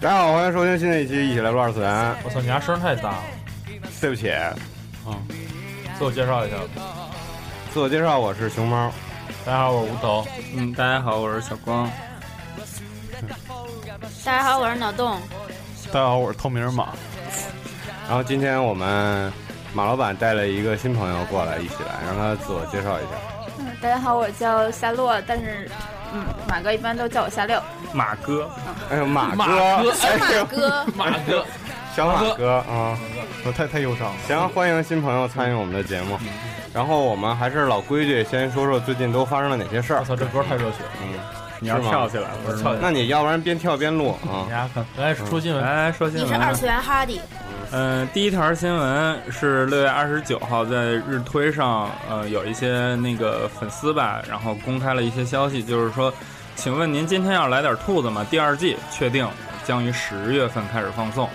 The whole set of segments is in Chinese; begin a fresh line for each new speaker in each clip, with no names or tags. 大家好，欢迎收听新的一期《一起来撸二次元》。
我操，你家声太大了，
对不起，
自我介绍一下。
自我介绍，我是熊猫。
大家好，我是吴头。
嗯，大家好，我是小光。
大家好，我是脑洞。
大家好，我是透明人马。
然后今天我们马老板带了一个新朋友过来，一起来让他自我介绍一下。
嗯，大家好，我叫夏洛，但是，嗯，马哥一般都叫我夏六。
马哥，
哎呦，马
马
哥，
哥
哎呦，
哥，
马哥，
小马哥啊、
我呃太太忧伤了。
行，欢迎新朋友参与我们的节目。然后我们还是老规矩，先说说最近都发生了哪些事
我
儿。
操，这歌太热血了！
嗯，
你要
是吗
跳起来了，
我操，
嗯
那你要不然边跳边录
你
啊？
家看，来说新闻，
来说新
你是
闻
二
吧。
次元哈迪，
嗯，第一条新闻是六月二十九号在日推上，呃，有一些那个粉丝吧，然后公开了一些消息，就是说，请问您今天要来点兔子吗？第二季确定将于十月份开始放送。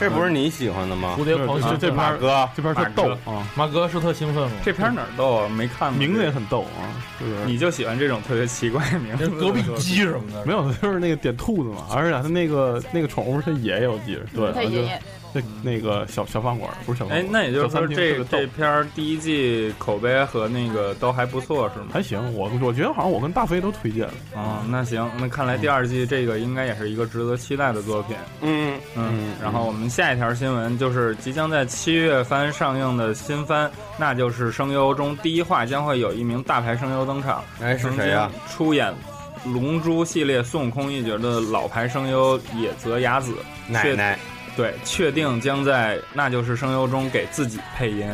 这不是你喜欢的吗
蝴？蝶朋友
这这
马
边
哥，
这边特逗啊，
马哥是特兴奋吗？
这片儿哪儿逗啊？没看过
名字也很逗啊，就是
你就喜欢这种特别奇怪的名字
这。隔壁鸡什么的，
没有，就是那个点兔子嘛，而且他那个那个宠物是他爷爷，我记着，对，
嗯他爷爷，
那那个小小饭馆不是小饭
哎
馆，，
那也就是
小餐
说
厅
这
特别
这
逗
片儿第一季口碑和那个都还不错，是吗？
还行，我我觉得好像我跟大飞都推荐了，
啊、那行，那看来第二季这个应该也是一个值得期待的作品。
嗯
嗯，然后我们下一条新闻就是即将在七月番上映的新番，那就是声优中第一话将会有一名大牌声优登场，
哎是谁呀、
曾经出演《龙珠》系列孙悟空一角的老牌声优野泽雅子，
奶奶
对，确定将在那就是声优中给自己配音，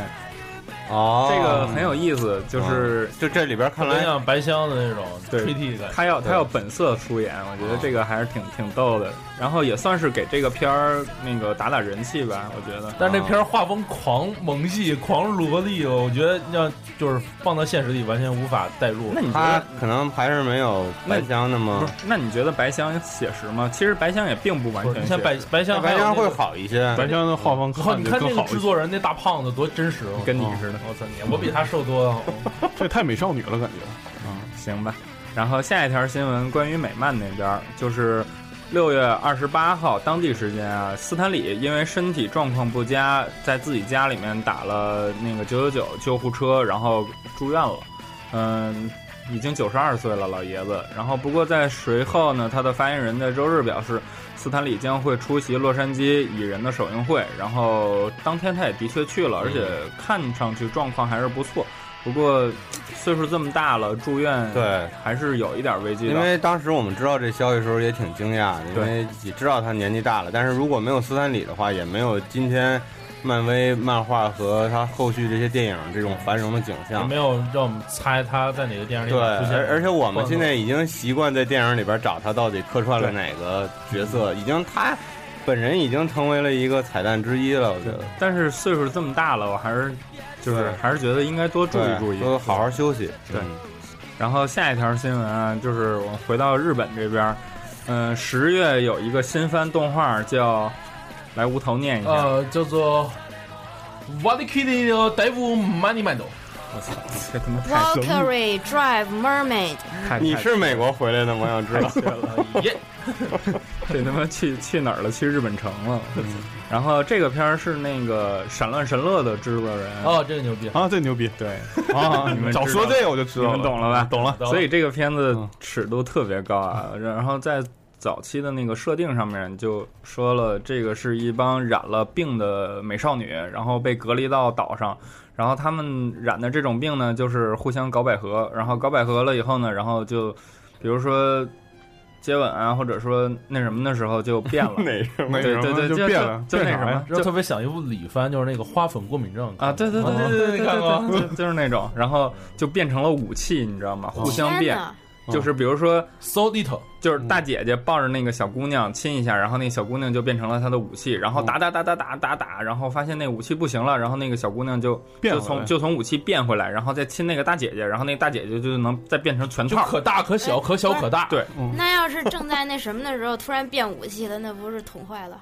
哦
这个
嗯
很有意思，
哦
就是。
就这里边看
特别
来
像白箱的啊那种
对
PT 感。
他要他要本色出演，我觉得这个还是挺挺逗的，然后也算是给这个片儿那个打打人气吧，我觉得。啊
但是那片儿画风狂萌系、狂萝莉，我觉得要就是放到现实里完全无法代入
那。你觉
他
得
可能还是没有白香那
不
么
是，？那你觉得白香写实吗？其实白香也并不完
不是
全
你
写
像
实。
白白
那
箱，
白香会。好一些。
白香的画风
靠，你
着
看那
更
个
好
制
一些，
作人那大胖子多真实，我
跟你似的，
我操你，我比他瘦多 了。
这太美少女了感觉，
行吧。然后下一条新闻关于美漫那边儿，就是六月二十八号当地时间啊，斯坦李因为身体状况不佳，在自己家里面打了那个九九九救护车，然后住院了。嗯，已经九十二岁了，老爷子。然后不过在随后呢，他的发言人在周日表示，斯坦李将会出席洛杉矶蚁人的首映会。然后当天他也的确去了，而且看上去状况还是不错。不过岁数这么大了，住院
对，
还是有一点危机
因
的。
为当时我们知道这消息的时候也挺惊讶的，因
对
为也知道他年纪大了，但是如果没有斯坦李的话，也没有今天漫威漫画和他后续这些电影这种繁荣的景
也
啊
象
没。有让我们猜他在哪个
哎
电影里
对，
出现
而。而且我们现
在
在已经习惯在电影里边找他到底客串了哪个角色，已经他本人已经成为了一个彩蛋之一了，我觉得。
但是岁数这么大了，我还是就是
对
还是觉得应该多注意
对
注意，
都好好休息。
对
嗯
然后下一条新闻啊，就是我回到日本这边儿，嗯、十月有一个新番动画叫，来
哦
无头念一下，
呃叫做《What Kitty Devil Money Man》
我操，这他妈太
Valkyrie Drive Mermaid，
太
你
太
是美国回来的，我想知 道。，
耶，
这他妈去去哪儿了？去日本城了。然后这个片儿是那个《闪乱神乐》的制作人，
哦，这个牛逼，
啊，这牛逼！
对，啊，你们
早
知
说
道
这个我就知
你
道了，
们懂了吧？
懂了。
哦
所以这个片子
嗯
尺度特别高啊。然后在早期的那个设定上面就说了，这个是一帮染了病的美少女，然后被隔离到岛上。然后他们染的这种病呢，就是互相搞百合，然后搞百合了以后呢，然后就比如说接吻啊，或者说那什么的时候就 变了
哪个？
那
对
什
对
么
对，
就变了，
就就那
变
什
啥呀
么，
让
就
我特别想一部李帆，就是那个花粉过敏症
啊，对对对
哦
对对，
你 看过
对，对对就就是那种，然后就变成了武器，你知道吗？
哦
互相
天
变，
哪！
就是比如说，
，So Little，
就是大姐姐抱着那个小姑娘亲一下，然后那小姑娘就变成了她的武器，然后打打打打打打打，然后发现那武器不行了，然后那个小姑娘就
变
就
回来
从就从武器变回来，然后再亲那个大姐姐，然后那大姐姐就能再变成拳
就
套，
可大可小，
哎
可小可大，
对
那要是正在那什么的时候，突然变武器了，那不是捅坏了？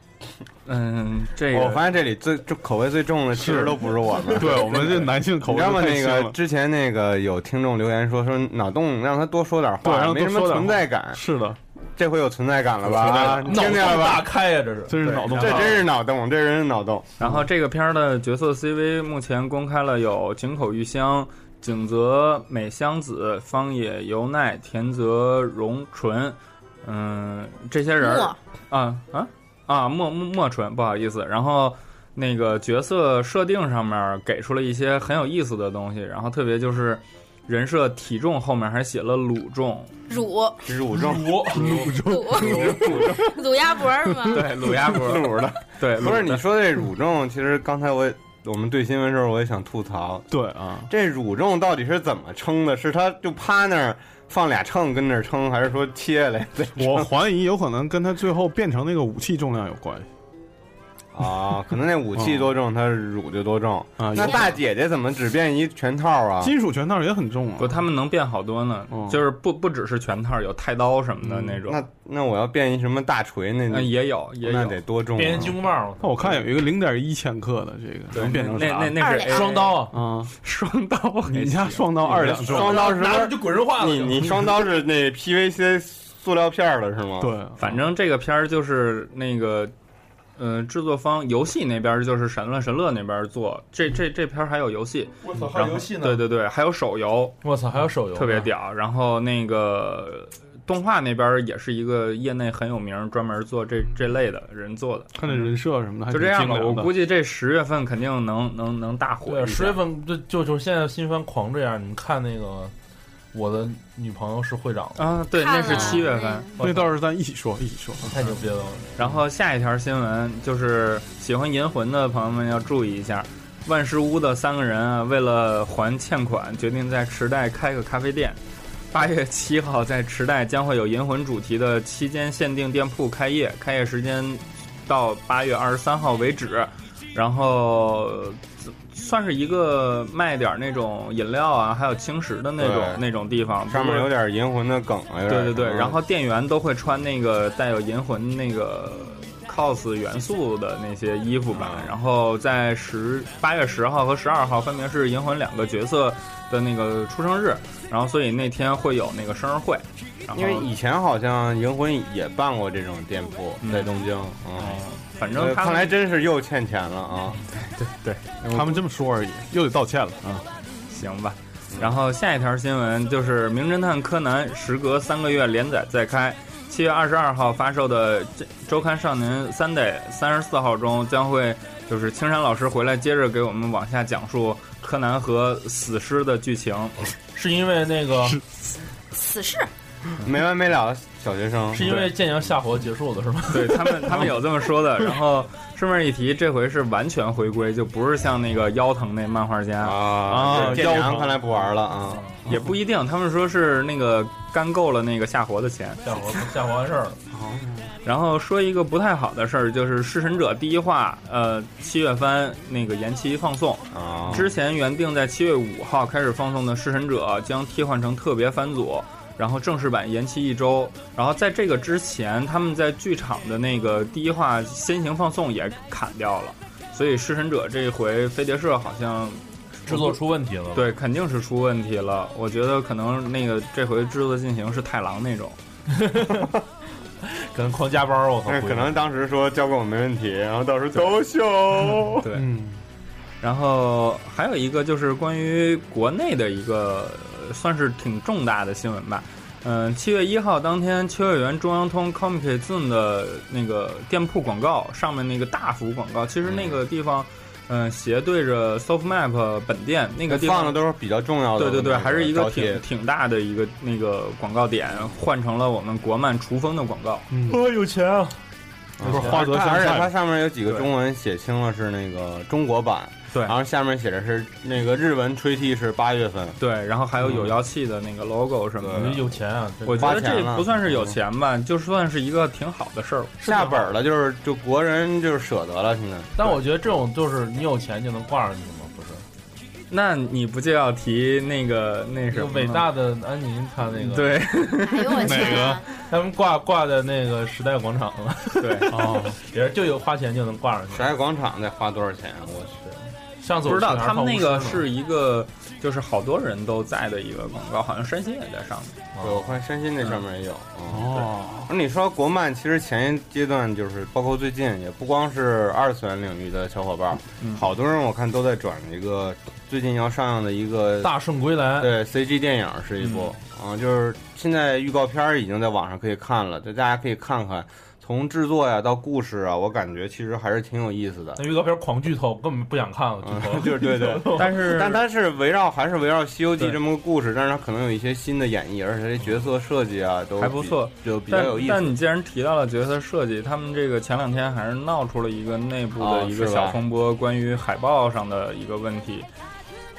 嗯，这
我
个
发现这里最就口味最重的，其实都不是我们。
对我们这男性口
你
味
知道吗？
太
那
轻
个
了，
之前那个有听众留言说说脑洞让他多说点
对让
话，
他
没什么
多说点话
存在感，
是的，
这回有存在感了
存在
啊
吧？
感
你
脑
听
洞
见了
大
吧？
开呀，这是。
真是脑洞
这
大
真是脑洞，这人是脑 洞。
然后这个片儿的角色 CV 目前公开了有井口裕香、井泽美香子、方野由奈、田泽荣纯，嗯，这些人儿
墨
啊啊啊，莫莫莫纯，不好意思。然后那个角色设定上面给出了一些很有意思的东西，然后特别就是人设体重后面还写了鲁重，
乳
乳重，
五
乳乳鸭脖儿是吗？
对，鲁鸭脖，
乳的
对，
哎不是
鲁的
你说这乳重，其实刚才我也我们对新闻的时候我也想吐槽，
对啊，
这乳重到底是怎么称的？是他就趴那儿放俩秤跟那儿称，还是说切 下来再
我怀疑有可能跟他最后变成那个武器重量有关系
啊？可能那武器多重，他乳就多重。
啊。
那
有
大姐姐怎么只变一拳套啊？
金属拳套也很重
不，
啊，
他们能变好多呢，
哦
嗯
就是不不只是拳套，有太刀什么的那种，
那那我要变一什么大锤，嗯那
嗯，也有也
那
有，
得多重
变形
啊！
金箍棒，
那我看有一个零点一千克的这个
对
能变成
那
啥
那那
二
是 A-
双刀啊，
啊？
双刀，
你们家双刀二两重，
双刀是
拿着就滚人化了。
你你双刀是那 PVC 塑料片儿的是吗？，
对，啊
反正这个片儿就是那个，呃，制作方游戏那边儿就是《闪乱神乐》那边儿做，这这这片儿还有游戏，
我操，
然后对，对对，还有手游，
我操，还有手游，
啊
特别。屌。然后那个动画那边儿也是一个业内很有名儿，专门做这这类的人做的，
看这人设什么的，还
就
挺
这样
精
吧。我
良的
估计这十月份肯定能能能大火
对，
一
十
下
月份就就就是现在新番狂这样，你们看那个我的女朋友是会长，
啊，对，那
看
是
了
七月份。
嗯
那到时候咱一起说，一起说。
太牛逼了。
然后下一条新闻就是喜欢银魂的朋友们要注意一下，万事屋的三个人啊，为了还欠款，决定在池袋开个咖啡店。八月七号，在池袋将会有银魂主题的期间限定店铺开业，开业时间到八月二十三号为止。然后呃算是一个卖点那种饮料啊，还有轻食的那种
对
那种地方，
上面有点银魂的梗啊。有点
对对对，
嗯
然后店员都会穿那个带有银魂那个 cos 元素的那些衣服吧。然后在十八月十号和十二号分别是银魂两个角色的那个出生日，然后所以那天会有那个生日会。然后
因为以前好像银魂也办过这种店铺
嗯
在东京，嗯
嗯，反
呃
正他
看
们
来真是又欠钱了啊！
他们这么说而已，又得道歉了啊！
行吧。然后下一条新闻就是《名侦探柯南》时隔三个月连载再开，七月二十二号发售的这周刊少年 Sunday 三十四号中将会就是青山老师回来接着给我们往下讲述柯南和死尸的剧情。
是因为那个，
死侍
嗯
没完没了，小学生
是因为建阳下火结束了是吗？
对他们，他们有这么说的。然后顺便一提，这回是完全回归，就不是像那个腰疼那漫画家
啊，
啊
这建良看来不玩了啊！
也不一定，他们说是那个干够了那个夏活的钱。
下火下火完事儿了，
然后说一个不太好的事儿，就是《弑神者》第一话，呃，七月番那个延期放送。
啊，
之前原定在七月五号开始放送的《弑神者》将替换成特别番组，然后正式版延期一周。然后在这个之前，他们在剧场的那个第一话先行放送也砍掉了，所以《弑神者》这一回飞碟社好像。
制作出问题了。，
对，肯定是出问题了。我觉得可能那个这回制作进行是太郎那种，
可能狂加班儿，我操
但，是可能当时说交给我没问题，然后到时候都秀。
对。
嗯，
然后还有一个就是关于国内的一个呃算是挺重大的新闻吧。嗯，七月一号当天，秋叶原中央通 Comic Zone 的那个店铺广告上面那个大幅广告，其实那个地方，嗯、斜对着 SoftMap 本店那个地方
放的都是比较重要的
对
那，
对对，还是一
招
个
贴
挺挺大的一个那个广告点，换成了我们国漫雏风的广告。
哦，有钱啊！
嗯
不是花泽香菜
而且它上面有几个
对
中文写清了是那个中国版，
对
然后下面写的是那个日文吹替是八月份，
对，然后还有有妖气的那个 logo 什么
我觉得
的。
有钱啊！真的
我觉得
嗯花钱
这
了嗯
不算是有钱吧，就算是一个挺好的事儿。
下本儿了，就是哦就国人就是舍得了，现在
但我觉得这种就是你有钱就能挂上去吗？不是，
那你不就要提那个那什
就
么吗
伟大的安宁他那个，，
对
哎呦我
哪
天
个
啊！
他们挂挂在那个时代广场了，
对，
哦，
也是就有花钱就能挂上去
时。代广场得花多少钱？啊我去，
上次
不
我
知道
去哪儿
他们那
放乌
个
丝嘛
是一个就是好多人都在的一个广告，好像山西也在上面。
啊
对，我看山新那上面也有。嗯
哦，
而你说国漫，其实前一阶段就是包括最近，也不光是二次元领域的小伙伴儿，
嗯
好多人我看都在转一个最近要上映的一个
大圣归来，
对 CG 电影是一部，嗯、就是现在预告片儿已经在网上可以看了，就大家可以看看，从制作呀到故事啊，我感觉其实还是挺有意思的。
那预告片狂剧透，根本不想看了，剧透
嗯， 就是对对，
但是
但它是围绕还是围绕《西游记
对》
这么个故事，但是它可能有一些新的演绎，而且这角色设计啊都
还不
比
错，
就比较
但
有意
但
思。
你既然提到了角色设计，他们这个前两天还是闹出了一个内部的
哦
一个
是吧
小风波，关于海报上的一个问题。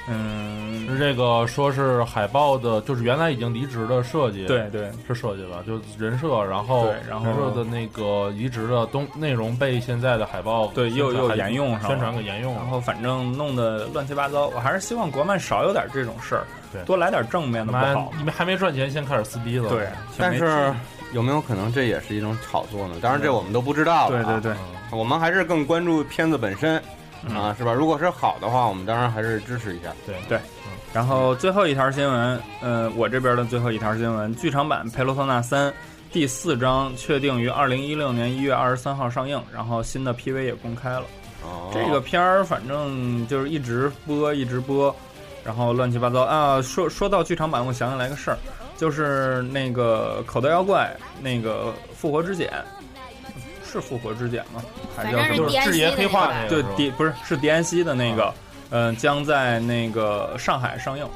嗯，
是这个说是海报的，就是原来已经离职的设计，，
对对
是设计吧，就是人设，然后
对然后
人设的那个离职的东内容被现在的海报
对，又
宣传
又沿用上了
宣传给沿用
然
了，
后反正弄得乱七八糟。我还是希望国漫少有点这种事儿
对，
多来点正面嗯的不
妈
好吗？
你们还没赚钱，先开始撕逼了，
对，，挺
但
没
是有没有可能这也是一种炒作呢？当然这我们都不知道了、啊
对对，对，
嗯
我们还是更关注片子本身。
嗯
啊，是吧？如果是好的话，我们当然还是支持一下。
然后最后一条新闻，呃，我这边的最后一条新闻，剧场版《佩洛托纳三》第四章确定于二零一六年一月二十三号上映，然后新的 PV 也公开了。
哦，
这个片儿反正就是一直播一直播，然后乱七八糟啊。说说到剧场版，我想起来个事儿，就是那个口袋妖怪那个复活之茧，是复活之茧吗？还
反
叫
正
什
是
么？
就是智爷黑化那个，
对
是吧，
迪不是是迪安西的那个，嗯、将在那个上海上映。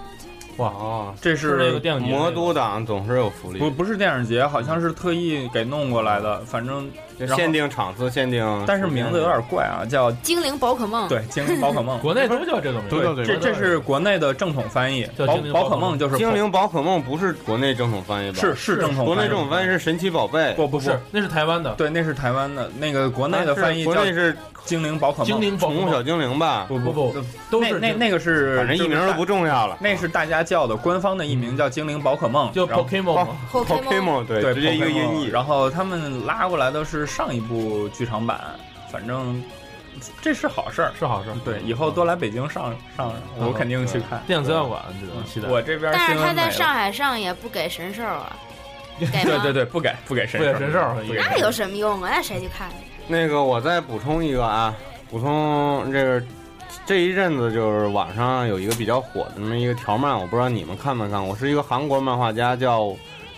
哦，
这
是那个电影节
魔都党总是有福利，
不不是电影节，好像是特意给弄过来的，反正
啊
然后
限定场次，限定，
但是名字有点怪啊，叫
嗯
精灵宝可梦，
对《精灵宝可梦》。
国内都叫这个名
都
字，
叫
对，
这
这
个
这是国内的正统翻译，
叫
宝
精灵
宝
宝
可
可
梦
梦
就是
精灵宝可梦不是国内正统翻译吧？
是是正统翻译，
国内正统翻译是神奇宝贝，
不
不
不不
是，，那是台湾的
对，那是台湾的那个国内的
啊是
翻译
国
叫
内是
精灵宝可梦，
精灵宝可
宠物小
梦，
精灵吧？
不
不
不
不，都
那
是
那那个是
反正
就
译
是
名都
大
不嗯重要了。哦
那是大家叫的官方的译名叫精灵宝可梦，
就
然后哦
Pokemon 嘛
后
p o k e m o n 对，
对
直接一个
Pokemon，
音译。
然后他们拉过来的是上一部剧场版，反正这是好事儿。
是好事，嗯
对，以后多来北京上上，我肯定去看。
电子资料馆，这种期待。
我这边
但
新
是
闻
他在
没了
上海上也不给神兽啊，给
对
吗？
对对，不给不给神
不给
兽
神兽
不给
那有什么用啊？那谁去看？
那个我再补充一个啊，补充这个这一阵子就是网上有一个比较火的那么一个条漫，我不知道你们看没看过，是一个韩国漫画家叫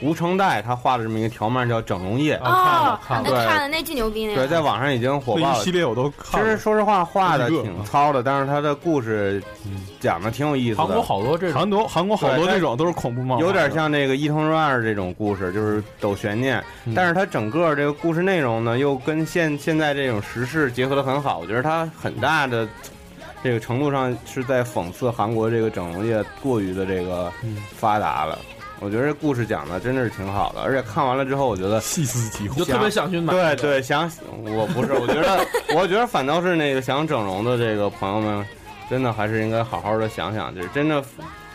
吴承代，他画的这么一个条漫叫《整容夜》，
哦，
啊看
那
了
看了那巨牛逼那
对，
个，
在网上已经火
这
爆
一
了
系。列我都
其
看
实
了。
说实话，画的
一个
挺糙的，但是他的故事讲的挺有意思
韩国
的。
好多这种，
韩国韩国好
对
多
但
这种都是恐怖漫画，
有点像这个《伊藤润二》这种故事，就是抖悬念，但是它整个这个故事内容呢，又跟现现在这种时事结合的很好。我觉得它很大的这个程度上是在讽刺韩国这个整容业过于的这个发达了。我觉得这故事讲的真的是挺好的，而且看完了之后，我觉 得
细思极恐。
你就特别想去买。
对对，想我不是，我觉得 我觉得反倒是那个想整容的这个朋友们，真的还是应该好好的想想，就是真的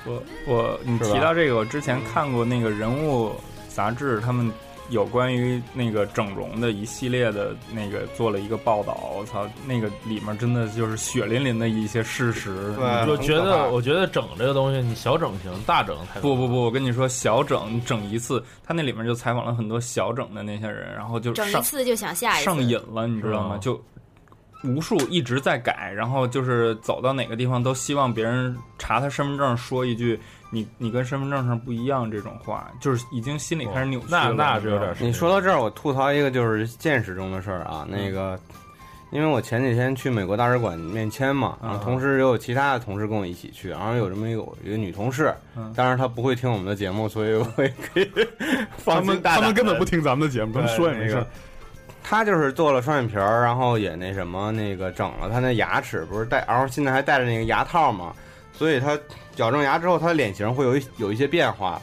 我我你
是吧
提到这个，我之前看过那个人物杂志，他们有关于那个整容的一系列的那个做了一个报道，我操，那个里面真的就是血淋淋的一些事实。
对，
我
很
觉
可怕
得，我觉得整这个东西，你小整行，大整太
不不不，我跟你说，小整整一次，他那里面就采访了很多小整的那些人，然后就
整一
上
次就想下一次，
上瘾了，你知道吗？
嗯
就无数一直在改，然后就是走到哪个地方都希望别人查他身份证，说一句“你你跟身份证上不一样”这种话，就是已经心里开始扭曲了。
那那是有点
你知道吗
儿
你说到这儿，我吐槽一个就是现实中的事儿啊，那
嗯
个。因为我前几天去美国大使馆面签嘛，
嗯
然后同时也有其他的同事跟我一起去，然后有这么一个一个女同事
嗯，
当然她不会听我们的节目，所以我也可以
他
放
们
心大
他
胆
们
地
根本不听咱们的节目，咱们说也没事
那
儿
个。他就是做了双眼皮儿，然后也那什么那个整了他那牙齿，不是戴，然后现在还戴着那个牙套嘛，所以他矫正牙之后，他脸型会有一有一些变化。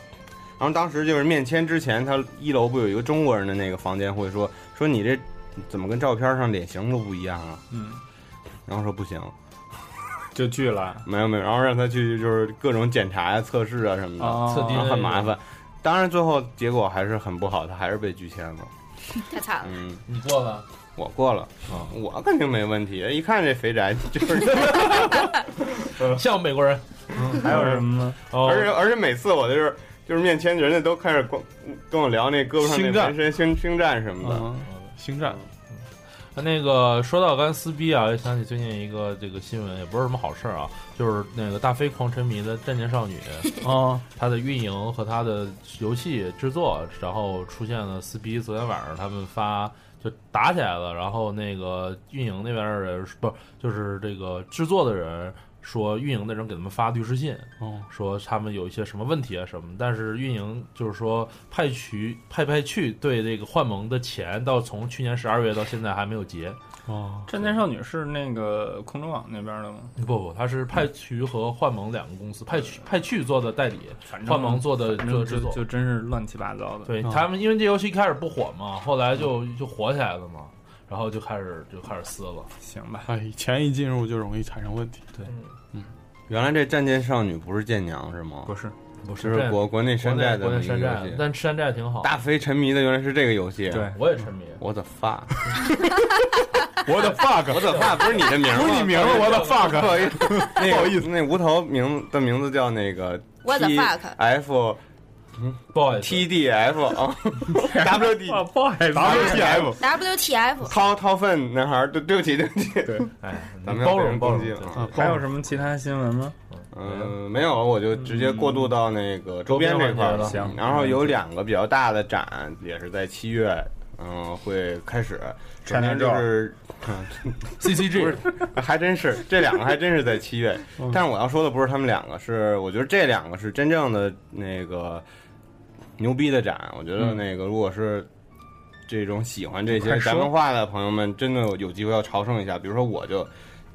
然后当时就是面签之前，他一楼不有一个中国人的那个房间会说说你这怎么跟照片上脸型都不一样啊？
嗯，
然后说不行，
就去 了。
没有没有，然后让他去就是各种检查呀、测试啊什么的，
哦
刺激
然后很麻烦。当然最后结果还是很不好，他还是被拒签了。
太惨了。
嗯。
你过了，
我过了，
啊
我肯定没问题。一看这肥宅 就是，
像美国人
还 有什么呢？
哦
而且而且每次我就是就是面签，人家都开始跟跟我聊那胳膊上那
星战
纹身星星战什么的。
嗯，星战
那个说到刚才撕逼啊，又想起最近一个这个新闻，也不是什么好事儿啊，就是那个大飞狂沉迷的《战舰少女》
啊
哦，
它的运营和它的游戏制作，然后出现了撕逼。昨天晚上他们发就打起来了，然后那个运营那边的人不是就是这个制作的人说，运营的人给他们发律师信，
哦
说他们有一些什么问题啊什么，但是运营就是说派去派派去对这个幻盟的钱到从去年十二月到现在还没有结。
哦，
战舰少女是那个空中网那边的吗？
不不，他是派去和幻盟两个公司，派去派去做的代理，
反
幻盟做的
反
做
正
制
就
作。
就真是乱七八糟的。
对
嗯
他们，因为这游戏一开始不火嘛，后来就就火起来了嘛，然后就开始就开始撕了。
行吧，
哎，钱一进入就容易产生问题。
原来这战舰少女不是舰娘是吗？
不是
不是
就
这
是国国内山寨的
国内
那
山
个
寨
游，戏。
但山寨挺好。
大飞沉迷的原来是这个游戏。
对，
我也沉迷。
我的 fuck，
我的 fuck，
我的 fuck 不是你的名吗？
不是你名儿，我的 fuck，
不好意思，不好意思，那无头名的名字叫那个
What the
T
fuck？
F 嗯
不好意思，
T D F 啊，W D
啊，不好意
WTF
WTF？
掏掏粪男孩儿，对对不起对不起，
哎，
咱们
包
要被
容
人
包容
攻击了。
对
啊，
还有什么其他新闻吗？
嗯，没有，我就直接过渡到那个周边这块儿嗯
周边环
节了行
然后有两个比较大的展，也是在七月，嗯，会开始。首
China
先就是嗯
CCG
还真是这两个还真是在七 月，
嗯
但是我要说的不是他们两个，是我觉得这两个是真正的那个牛逼的展。我觉得那个如果是这种喜欢这些
嗯快说
咱文化的朋友们，真的有机会要朝圣一下。比如说，我就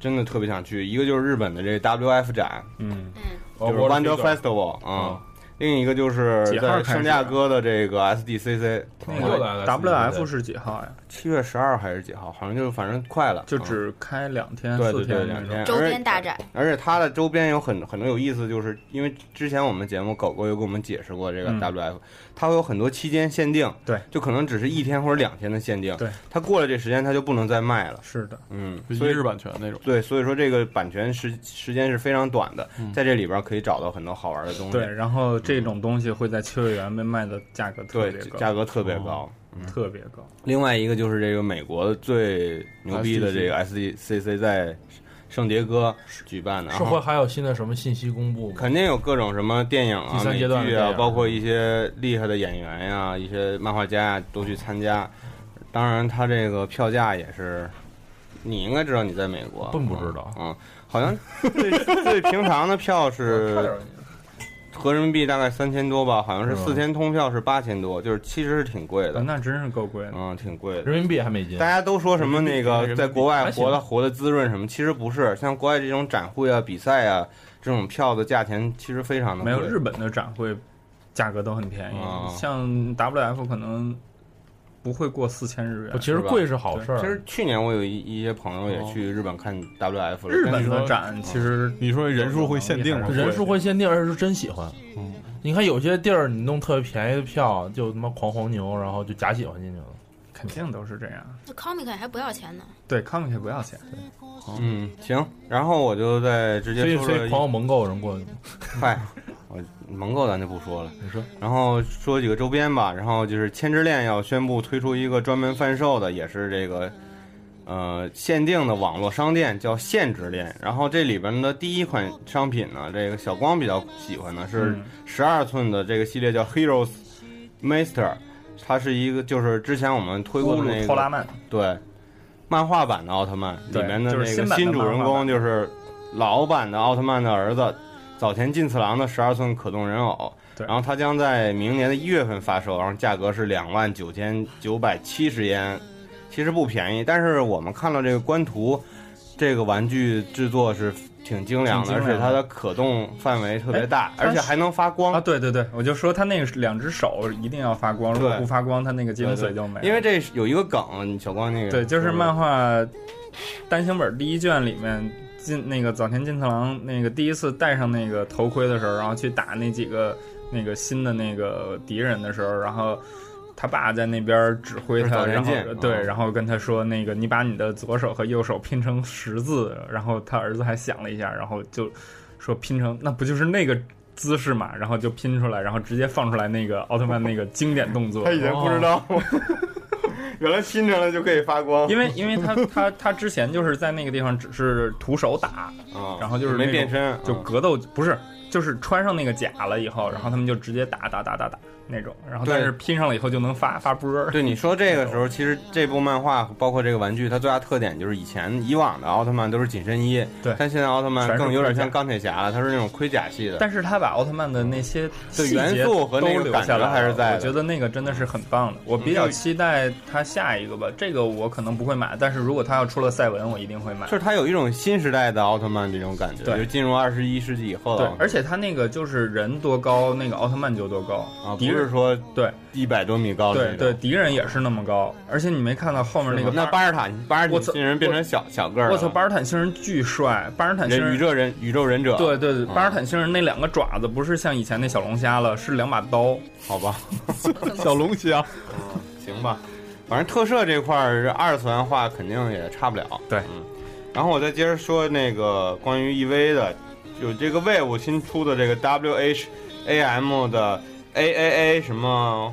真的特别想去，一个就是日本的这 WF 展，
嗯，
嗯，
哦
就是 Wonder Festival 啊、另一个就是
几号
在
开始啊
圣地亚哥的这个 SDCC，
那
那
个
个 WF 是几号呀？
七月十二还是几号？好像就是反正快了，
就
嗯
只开两天、
对对
四
对
天那
两
种
天，
周
而
边大展，
而且它的周边有很很多有意思，就是因为之前我们节目狗狗有给我们解释过这个
嗯
WF，、它会有很多期间限定，
对，
就可能只是一天或者两天的限定，
对，
它过了这时间它就不能再卖了，
是的，
嗯，
就
所以
一日版权那种。
对，所以说这个版权时时间是非常短的，
嗯
在这里边可以找到很多好玩的东西，
对。然后这种东西会在秋叶原被卖的价格特
嗯对
别，
价
高，
格
哦
特别高。
特别高。
另外一个就是这个美国最牛逼的这个 SDCC 在圣迭戈举办的，
是
然
会
后
还有新的什么信息公布吗？
肯定有各种什么电影
第
啊、
三
美
阶段的
剧
电
啊，
影
包括一些厉害的演员呀、一些漫画家呀、都去参加。当然，它这个票价也是，你应该知道你在美国，
并不知道
嗯，嗯好像最最平常的票是合人民币大概三千多吧，好像是
是吧
四天通票是八千多，就是其实是挺贵的，
那真是够贵的。
嗯，挺贵的。
人民币还没进
大，家都说什么那个在国外
还行
活的活的滋润什么，其实不是。像国外这种展会啊、比赛啊，这种票的价钱其实非常的
没
贵
有日本的展会价格都很便宜，
啊
像 WF 可能不会过四千日
不
元。
其
是
实
吧
贵是好事
其
儿
实。去年我有一一些朋友也去日本看 WF 了，
日
但
本
是
的展其实
嗯
你说人数会限定吗？
人数会限定，而且是真喜欢。
嗯
你看有些地儿你弄特别便宜的票，就他妈狂黄牛，然后就假喜欢进去了。
肯定都是这样。
那 Comic 还不要钱呢，
对康也不要钱，
嗯，行，然后我就再直
所
接
以
说
所以
了
狂有蒙购人过去，
嗨，我蒙购咱就不说了，
你说
然后说几个周边吧，然后就是千之恋要宣布推出一个专门贩售的，也是这个呃限定的网络商店，叫限之恋。然后这里边的第一款商品呢，这个小光比较喜欢的
嗯
是十二寸的这个系列叫 Heroes Master，它是一个就是之前我们推过
乌
的
鲁
那
托拉
个
曼
对漫画版的奥特曼里
对
面的
就是
那个
新版的
新主人
漫画
公
版
就是老版的奥特曼的儿子早田进次郎的十二寸可动人偶，
对
然后它将在明年的一月份发售，然后价格是两万九千九百七十烟，其实不便宜。但是我们看了这个官图，这个玩具制作是挺精良的，
挺精
而
良的
且它的可动范围特别大，
哎
而且还能发光
啊，。对对对，我就说他那个两只手一定要发光，如果
对
不发光，他那个精
对
髓
对
就没了。
因为这是有一个梗，小光那个嗯
对，就是漫画单行本第一卷里面，进那个早田金次郎那个第一次戴上那个头盔的时候，然后去打那几个那个新的那个敌人的时候，然后。他爸在那边指挥
就是
他，
早田
然后
健
对，
嗯
然后跟他说那个你把你的左手和右手拼成十字，然后他儿子还想了一下，然后就说拼成那不就是那个姿势嘛，然后就拼出来，然后直接放出来那个奥特曼那个经典动作，
他以前不知
哦
道， 原来拼成了就可以发光，
因为因为他他他之前就是在那个地方只是徒手打，
啊
然后就是那
没
种
变身，
就
嗯
格斗不是，就是穿上那个甲了以后，然后他们就直接打打打打打那种，然后
对
但是拼上了以后就能发发波儿。
对你说这个时候，其实这部漫画包括这个玩具，它最大特点就是以前以往的奥特曼都是紧身衣，
对
但现在奥特曼
全是
更有点像
盔甲
钢铁侠了，它是那种盔甲系的。
但是他把奥特曼的那些
对
细节
元素和那个
都留
感
下
觉
来了，
还是在的
我觉得那个真的是很棒的。我比较
嗯
期待他下一个吧，这个我可能不会买，但是如果他要出了赛文，我一定会买
就。是它有一种新时代的奥特曼这种感觉，
对
就进入二十一世纪以后
对
了，。
而且他那个就是人多高，那个奥特曼就多高
啊，不
敌人
是说
对
一百多米高的
对
那
对，
种。
敌人也是那么高，而且你没看到后面那个
那巴尔塔巴尔
我
塔
操
星人变成小小个儿了，啊
我操，巴尔坦星人巨帅，巴尔坦星
人宇
人。
宙人宇宙忍者，
对对对，
嗯
巴尔坦星人那两个爪子不是像以前那小龙虾了，是两把刀。
好 吧，
小龙虾，
嗯行吧，反正特摄这块儿是二次元化肯定也差不了。
对
嗯。然后我再接着说那个关于 EV 的，有这个 Wave 新出的这个 WHAM 的 AAA 什么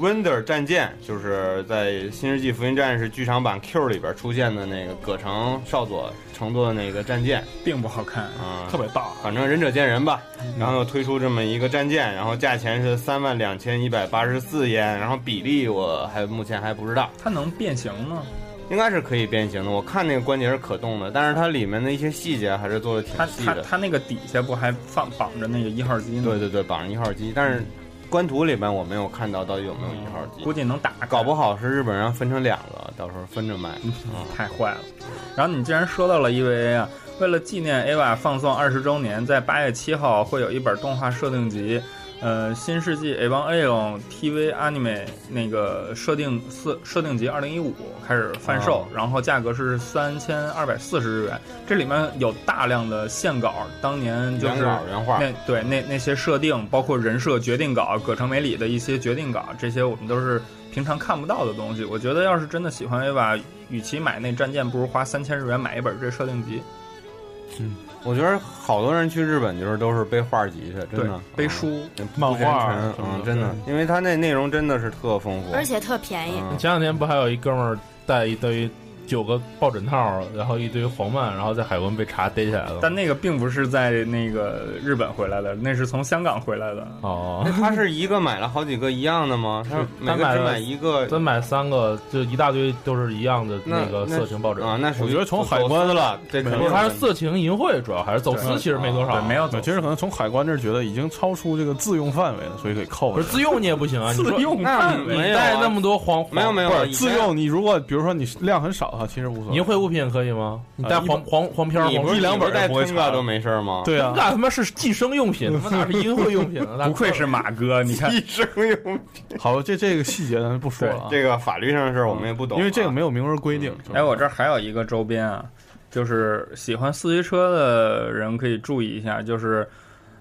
Wonder 战舰，就是在《新世纪福音战士》剧场版 Q 里边出现的那个葛城少佐乘坐的那个战舰，
并不好看，
嗯，
特别大，啊
反正仁者见仁吧。然后又推出这么一个战舰，然后价钱是三万两千一百八十四烟，然后比例我还目前还不知道，
它能变形吗？
应该是可以变形的。我看那个关节是可动的，但是它里面的一些细节还是做的挺
它
细
它
的。
它那个底下不还放绑着那个一号机呢？
对，对对，绑上一号机，但是官图里面我没有看到到底有没有一号机
估，计能打开，
搞不好是日本人分成两个，到时候分着卖。
太坏了。然后你既然说到了 EVA 啊，为了纪念 EVA 放送二十周年，在八月七号会有一本动画设定集，呃，《新世纪 EVA on TV Anime》那个设定四设定集二零一五开始贩售，
哦
然后价格是三千二百四十日元。这里面有大量的线稿，当年嗯就
原
是
稿原画，
那对那那些设定，包括人设决定稿、葛城美里的一些决定稿，这些我们都是平常看不到的东西。我觉得要是真的喜欢 AVA，与其买那战舰，不如花三千日元买一本这设定集。
我觉得好多人去日本就是都是背画集去，真
对
的，啊嗯
背书，
漫
漫画
啊
画，
什么
嗯，
的
真的，因为它那内容真的是特丰富，
而且特便宜。
嗯
前两天不还有一哥们儿带一堆九个抱枕套，然后一堆黄漫，然后在海关被查逮起来了。
但那个并不是在那个日本回来的，那是从香港回来的。
哦
那，哎他是一个买了好几个一样的吗？他每
他
个
买
只
了
买一个
咱买三个，就一大堆都是一样的
那
个
那
色情报纸。
啊？那属于
我觉得从海关
走私了，这肯
不
定啊
是，它是色情淫秽，主要还是走私，
对
其实没多少。
对，没有走
对，其实可能从海关这儿觉得已经超出这个自用范围了，所以给扣
不
了
是。自用你也不行啊！你
私
说
用
那
范围。
没有
带
啊
那么多黄，
没有没有
不
啊
是
以前
自用，你如果比如说你量很少的话，其实无所
淫
谓。
秽物品可以吗？你带
呃一般
黄黄黄片儿
你
黄
不是
一两本
带
儿不会
通告
查
都没事儿吗？
对啊
那，他妈是寄生用品，他妈哪是淫秽用 品啊？大哥
不愧是马哥，你看
一生用
好，这这个细节咱就不说了啊，
这个法律上的事儿我们也不懂啊，嗯
因为这个没有明文规定。
哎，我这儿还有一个周边啊，就是喜欢四驱车的人可以注意一下，就是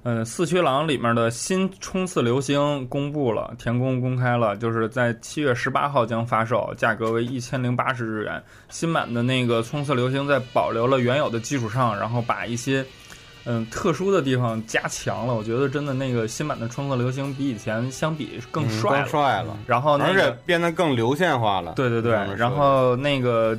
嗯，四驱狼里面的新冲刺流星公布了，田宫公开了，就是在七月十八号将发售，价格为一千零八十日元。新版的那个冲刺流星在保留了原有的基础上，然后把一些嗯特殊的地方加强了。我觉得真的那个新版的冲刺流星比以前相比更
嗯
帅了，
更帅了，
然后那
而且
个
变得更流线化了。
对对对
上面，说
然后那个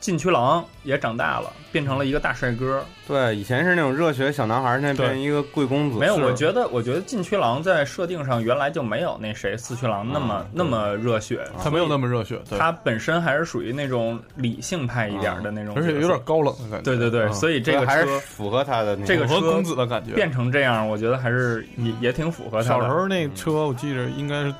禁区狼也长大了，变成了一个大帅哥。
哦
对，以前是那种热血小男孩，现在变成一个贵公子。
没有，
是
我觉得，我觉得禁区狼在设定上原来就没有那谁四驱狼那
哦
么、
嗯
那么热血，
啊
他没有那么热血，对，
他本身还是属于那种理性派一点的那种角
而
色，
哦且有点高冷的感觉。
对对对，
嗯
所以这
所
个
以还
车
是符合他的那
这个
符合
车
公子的感觉。
变成这样，我觉得还是也也挺符合他
小时
的，
候哦那车，我记着应该是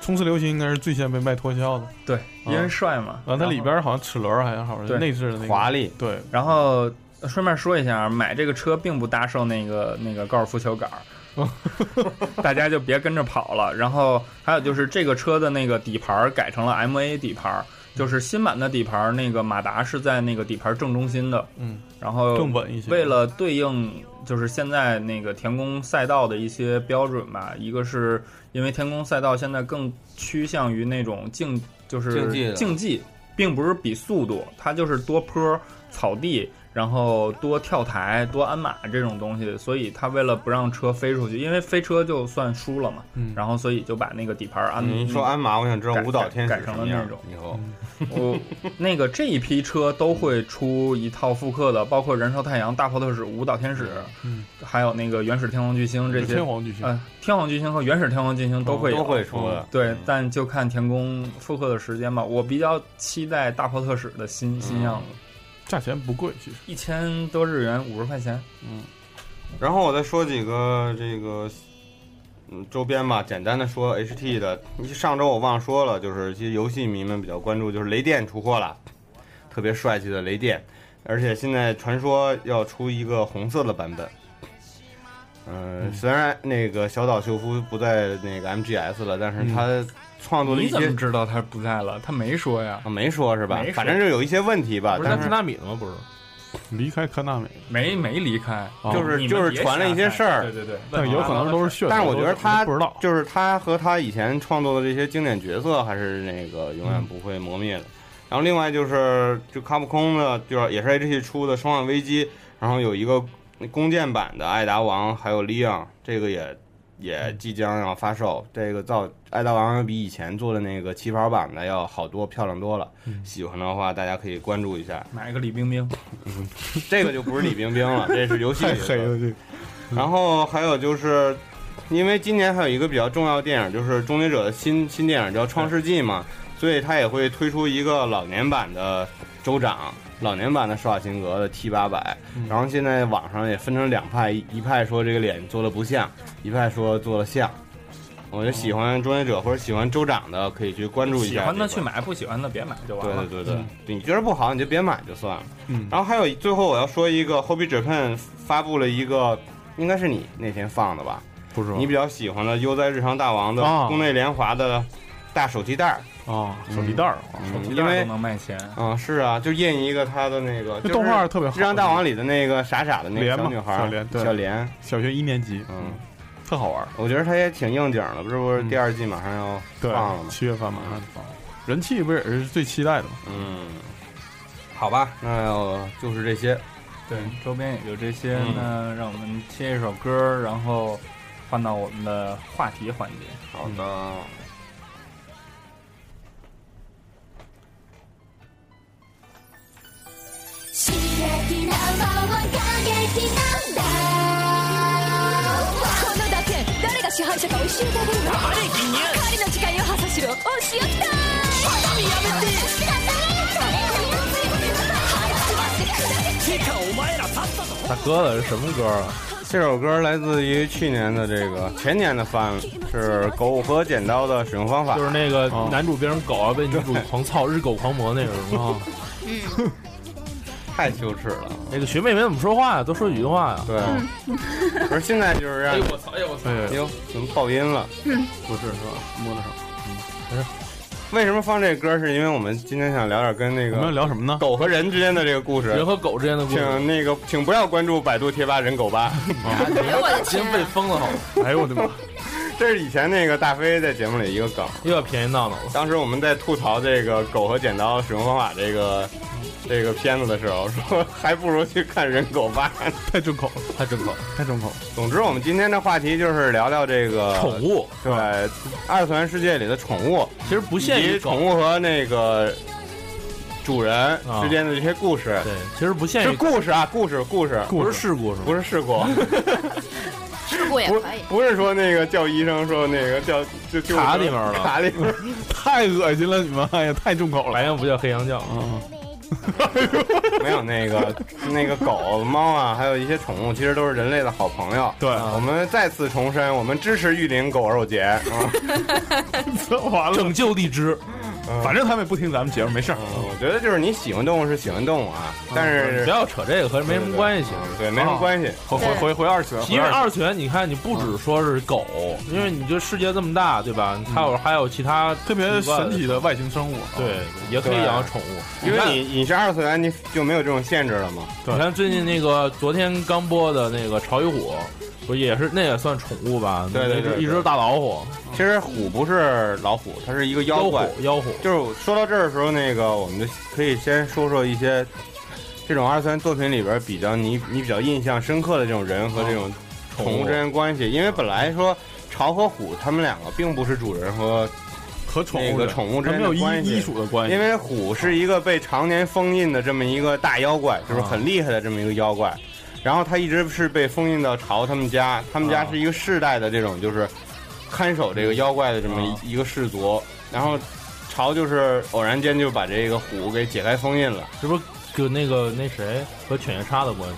冲刺流星，应该是最先被卖脱销的。啊
对，因为帅嘛。
然后哦它里边好像齿轮还好
对
像内置的那个
华丽。
对，
然后呃顺便说一下，买这个车并不搭售那个那个高尔夫球杆儿， 大家就别跟着跑了。然后还有就是这个车的那个底盘儿改成了 MA 底盘儿，就是新版的底盘儿，那个马达是在那个底盘儿正中心的，
嗯，
然后
更稳一些。
呃为了对应就是现在那个田宫赛道的一些标准吧，一个是因为田宫赛道现在更趋向于那种竞，就是
竞技的
竞技，并不是比速度，它就是多坡、草地，然后多跳台、多鞍马这种东西，所以它为了不让车飞出去，因为飞车就算输了嘛，
嗯
然后所以就把那个底盘安。
嗯你一说鞍马，我想知道
嗯改
舞蹈天使
改改成了
什么样
那种
以后
我嗯那个这一批车都会出一套复刻的，包括《燃烧太阳》《大炮特使》《舞蹈天使》
嗯
还有那个《原始天皇巨星》这些。
天皇巨星，
呃，天皇巨星和原始天皇巨星都会有。
都会出的。
对
嗯，
但就看田宫复刻的时间吧。我比较期待大炮特使的新新样子，
价钱不贵，其实
一千多日元，五十块钱。
然后我再说几个这个，嗯，周边吧，简单的说 HT 的。上周我忘说了，就是其实游戏迷们比较关注，就是雷电出货了，特别帅气的雷电，而且现在传说要出一个红色的版本。嗯，虽然那个小岛秀夫不在那个 MGS 了，但是他创作了
嗯你
一
怎
些
么，知道他不在了？他没说呀，
啊没说是吧
没？说
反正就有一些问题吧
不，是
啊但
咱
是
吃纳米的吗？不是，
离开科纳美，
没没离开，
就是
你们
就是
别
传了一些
瞎猜
事儿
对对对，
但有可能都是噱头。
但是我觉得他
都不知道，
就是他和他以前创作的这些经典角色，还是那个永远不会磨灭的。然后另外就是就卡普空的，就是也是 H T 出的《生化危机》，然后有一个弓箭版的艾达王，还有利昂，这个也也即将要发售。这个造艾达王比以前做的那个旗袍版的要好多漂亮多了。喜欢的话，大家可以关注一下。
买个李冰冰，
这个就不是李冰冰了，这是游戏
太
角色
黑了这个。
嗯
然后还有就是，因为今年还有一个比较重要的电影，就是《终结者》的新新电影叫《创世纪》嘛，
嗯
所以它也会推出一个老年版的州长，老年版的施瓦辛格的 T 八百。
嗯
然后现在网上也分成两派，一一派说这个脸做的不像，一派说做了像。我觉得喜欢《终结者》或者喜欢州长的，可以去关注一下、
喜欢的去。买，不喜欢的别买就完
对
了。嗯
对对对，你觉得不好你就别买就算了。
嗯
然后还有最后我要说一个，Hobby Japan 发布了一个，应该是你那天放的吧？
不知道
你比较喜欢的悠哉日常大王的
啊
宫内联华的大手提袋儿，
啊，手提袋儿啊，
嗯
手提袋
因
儿
为
都能卖钱，
啊、是啊，就印一个他的那个
这动画特别好。
日常大王》里的那个傻傻的那个
莲嘛
小女孩儿
小莲对
小莲，
小学一年级，
嗯，
特好玩儿。
我觉得她也挺应景的，不是不是
嗯
第二季马上要
对
放了，吗？
七月份马上就放了，人气不是也是最期待的吗？
嗯，好吧，那我就是这些，
对，周边也就这些。
嗯
那让我们切一首歌，然后换到我们的话题环节。
好的。
刺激な魔は過激なんだこの打点誰が支配者か教えてあげるわ
黙れギニュ
狩りの時間よ破産しろお仕置きだ
ーやめててかお前らさっさと
大哥的是什么歌啊？
这首歌来自于去年的这个前年的番，是狗和剪刀的使用方法，
就是那个
哦
男主变成狗啊，被女主狂操，日狗狂魔那个是
哦
吗？
嗯，
太羞耻了。
那个学妹没怎么说话呀，多说几句话呀。
对，不是现在就是让你
哎
我操！哎呦我操！
哎呀，
哟，怎么爆音了？
嗯
不是是吧？摸得上。
嗯为什么放这歌？是因为我们今天想聊点跟那
我们要
个
聊什么呢？
狗和人之间的这个故事
人。和狗之间的故事。
请那个，请不要关注百度贴吧“人狗吧
哎呦我的
今
天
天
啊！
被封了好吗，
哎呦我的妈！”，
这是以前那个大飞在节目里一个梗。
又要便宜闹闹了。
当时我们在吐槽这个狗和剪刀使用方法这个这个片子的时候，说还不如去看人狗吧。
太重口了，
太正口，
太重口了。
总之，我们今天的话题就是聊聊这个
宠物
对二次元世界里的宠物，
其实不
以
限于
及
狗
宠，物和那个主人之间的这些故事。
啊对，其实不限
是
于，
故事啊，故事，故事，
不是事故是吗？
不是事 故，
事故也
不
可以。
不是说那个叫医生说那个叫就就
卡里面了
卡里面。
太恶心了，你们！哎呀，太重口了。
白羊不叫黑羊叫，
嗯没有那个那个狗、猫啊，还有一些宠物，其实都是人类的好朋友。
对，
我们再次重申，我们支持玉林狗肉节。啊
完了，
拯救荔枝，
反正他们也不听咱们节目，没事儿。
嗯我觉得就是你喜欢动物是喜欢动物啊，但
你
是
不要扯这个和没什么关系。其
对没什么关系。
嗯哦回回回回二次元，
实因为二次元，你看你不只说是狗，
嗯
因为你这世界这么大，对吧？它有还有其他
特别神奇
的，
的外星生物。啊
对，也可以养宠物。
因为你你是二次元，你就没有这种限制了吗？
你看最近那个昨天刚播的那个《潮与虎》，不也是那也算宠物吧？
对对
一只
对
一只
对
大老虎，
其实虎不是老虎，它是一个妖
妖
怪。
虎，妖虎。
就是说到这儿的时候，那个我们就可以先说说一些这种二次元作品里边比较你你比较印象深刻的这种人和这种宠物之
哦
间关系，因为本来说潮和虎他们两个并不是主人和
和宠
那
物
个
的
宠物之
它
间
没
的
有
关
医医
系。
属的关系
因。为虎是一个被常年封印的这么一个大妖怪，就是
啊
很厉害的这么一个妖怪，然后他一直是被封印到潮他们家，他们家
啊
是一个世代的这种就是看守这个妖怪的这么
啊
一一个氏族，然后潮就是偶然间就把这个虎给解开封印了，
这不跟那个那谁和犬夜叉的关系